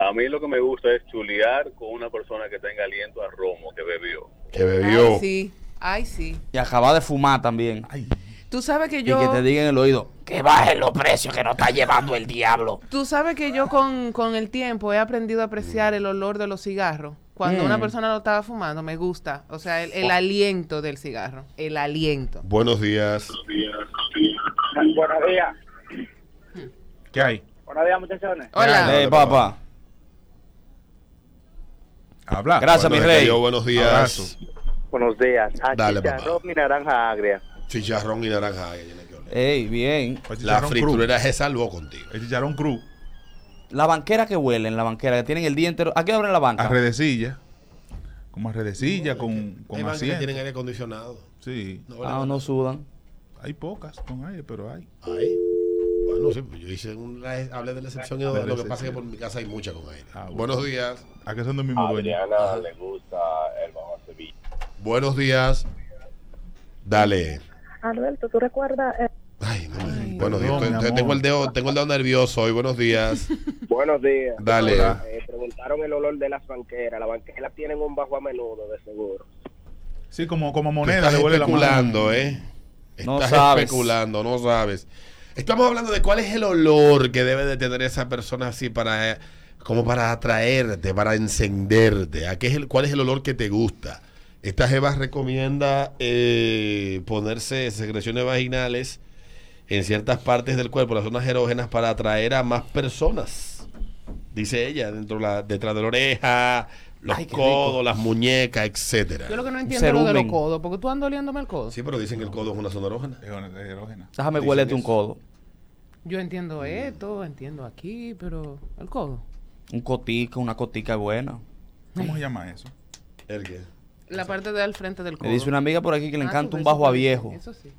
U: A mí lo que me gusta es chulear con una persona que tenga aliento a romo que bebió.
A: Que
I: bebió.
W: Sí, ay sí.
I: Y acaba de fumar también.
W: Tú sabes que
I: y
W: yo...
I: que te diga en el oído. Que bajen los precios que nos está llevando el diablo.
B: Tú sabes que yo con, con el tiempo he aprendido a apreciar el olor de los cigarros. Cuando
A: Mm.
B: una persona lo estaba fumando, me gusta. O sea, el, el
I: Oh.
B: aliento del cigarro. El aliento.
A: Buenos días.
K: Buenos días.
O: ¿Qué hay?
K: buenos días muchachones.
I: Dale, papá.
O: Habla.
I: Gracias,
A: Cuando
I: mi
A: se
I: rey.
A: cayó, buenos días.
I: Abrazo.
E: Buenos días. A
A: Dale,
E: chicharrón y naranja agria.
A: Chicharrón y naranja. agria tiene que oler.
I: Ey, bien.
A: La friturera se salvó contigo.
O: Eh, El chicharrón cru.
I: La banquera que huelen, la banquera que tienen el día entero. ¿A qué abren la banca?
O: A redecilla. Como a redecilla, con,
A: Hay
O: con
A: bancas que
O: asiento.
A: tienen aire acondicionado.
O: Sí.
A: No, Ah, no
I: sudan.
O: Hay pocas con aire, pero hay.
A: Ahí. Bueno, sí, pues yo hice una, hablé de la excepción y
O: De la
A: lo que pasa es que
O: excepción.
A: por mi casa hay muchas con aire.
O: Ah, bueno.
A: Buenos días.
O: ¿A qué son del
K: Ah,
O: mismo dueño?
X: Adriana le gusta el bajo Sevilla.
A: Buenos días. Dale.
G: Alberto, ¿tú recuerdas? eh,
A: Buenos días.
X: perdón,
A: Te-
X: mi
A: te- Tengo el dedo, tengo el dedo nervioso hoy. Buenos días.
Y: Buenos días.
A: Dale. Hola.
Y: Eh, preguntaron el olor de las banqueras. Las banqueras tienen un bajo a menudo, de seguro.
O: Sí, como, como
A: Tú
O: moneda
A: estás
O: le huele la mano.
A: especulando, ¿eh?
O: No
A: Estás
O: sabes.
A: especulando, no sabes. Estamos hablando de cuál es el olor que debe de tener esa persona así para eh, como para atraerte, para encenderte. ¿A qué es el, ¿Cuál es el olor que te gusta? Esta Jeva recomienda eh, ponerse secreciones vaginales en ciertas partes del cuerpo, las zonas erógenas, para atraer a más personas. Dice ella, dentro la, detrás de la oreja, los
B: Ay, qué rico.
A: codos, las muñecas, etcétera.
B: Yo lo que no entiendo es lo de los codos. Porque tú andas oliéndome el codo.
A: Sí, pero dicen que el codo es una zona erógena.
O: Es erógena.
I: Déjame
A: Dicen
I: huélete un
A: eso.
I: codo.
B: Yo entiendo esto, entiendo aquí, pero el codo.
I: Un cotico, una cotica buena.
O: ¿Cómo se llama eso?
A: ¿El qué?
B: La parte del frente del codo.
I: Me dice una amiga por aquí que le
B: Ah,
I: encanta
B: tú
I: un
B: ves,
I: bajo a
B: eso sí,
I: viejo.
B: Eso sí.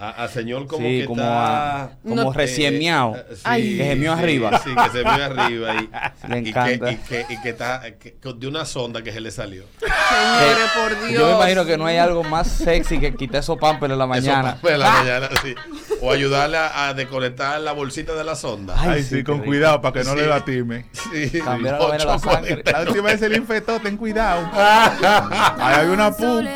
A: A, a señor como
I: Sí,
A: que
I: como
A: está...
I: a- como No. recién miau.
A: eh, sí,
I: Ay. Que gemió
A: sí,
I: arriba.
A: Sí, que se mió arriba. Y,
I: Le
A: y que-
I: encanta.
A: Y que, y que, está... eh, que- que de una sonda que se le salió.
I: Señores, por Yo me imagino que no hay algo más sexy que quitar esos pampers en la mañana. Ah.
A: Eso, de la mañana, sí. O ayudarle a, a desconectar la bolsita de la sonda.
O: Ay, sí, con cuidado para que no
A: Sí.
O: le latime.
A: Sí.
O: Cambiar
A: Ocho cuarenta
O: La
A: y nueve.
O: última vez se le infectó, ten cuidado. Ahí hay una pum.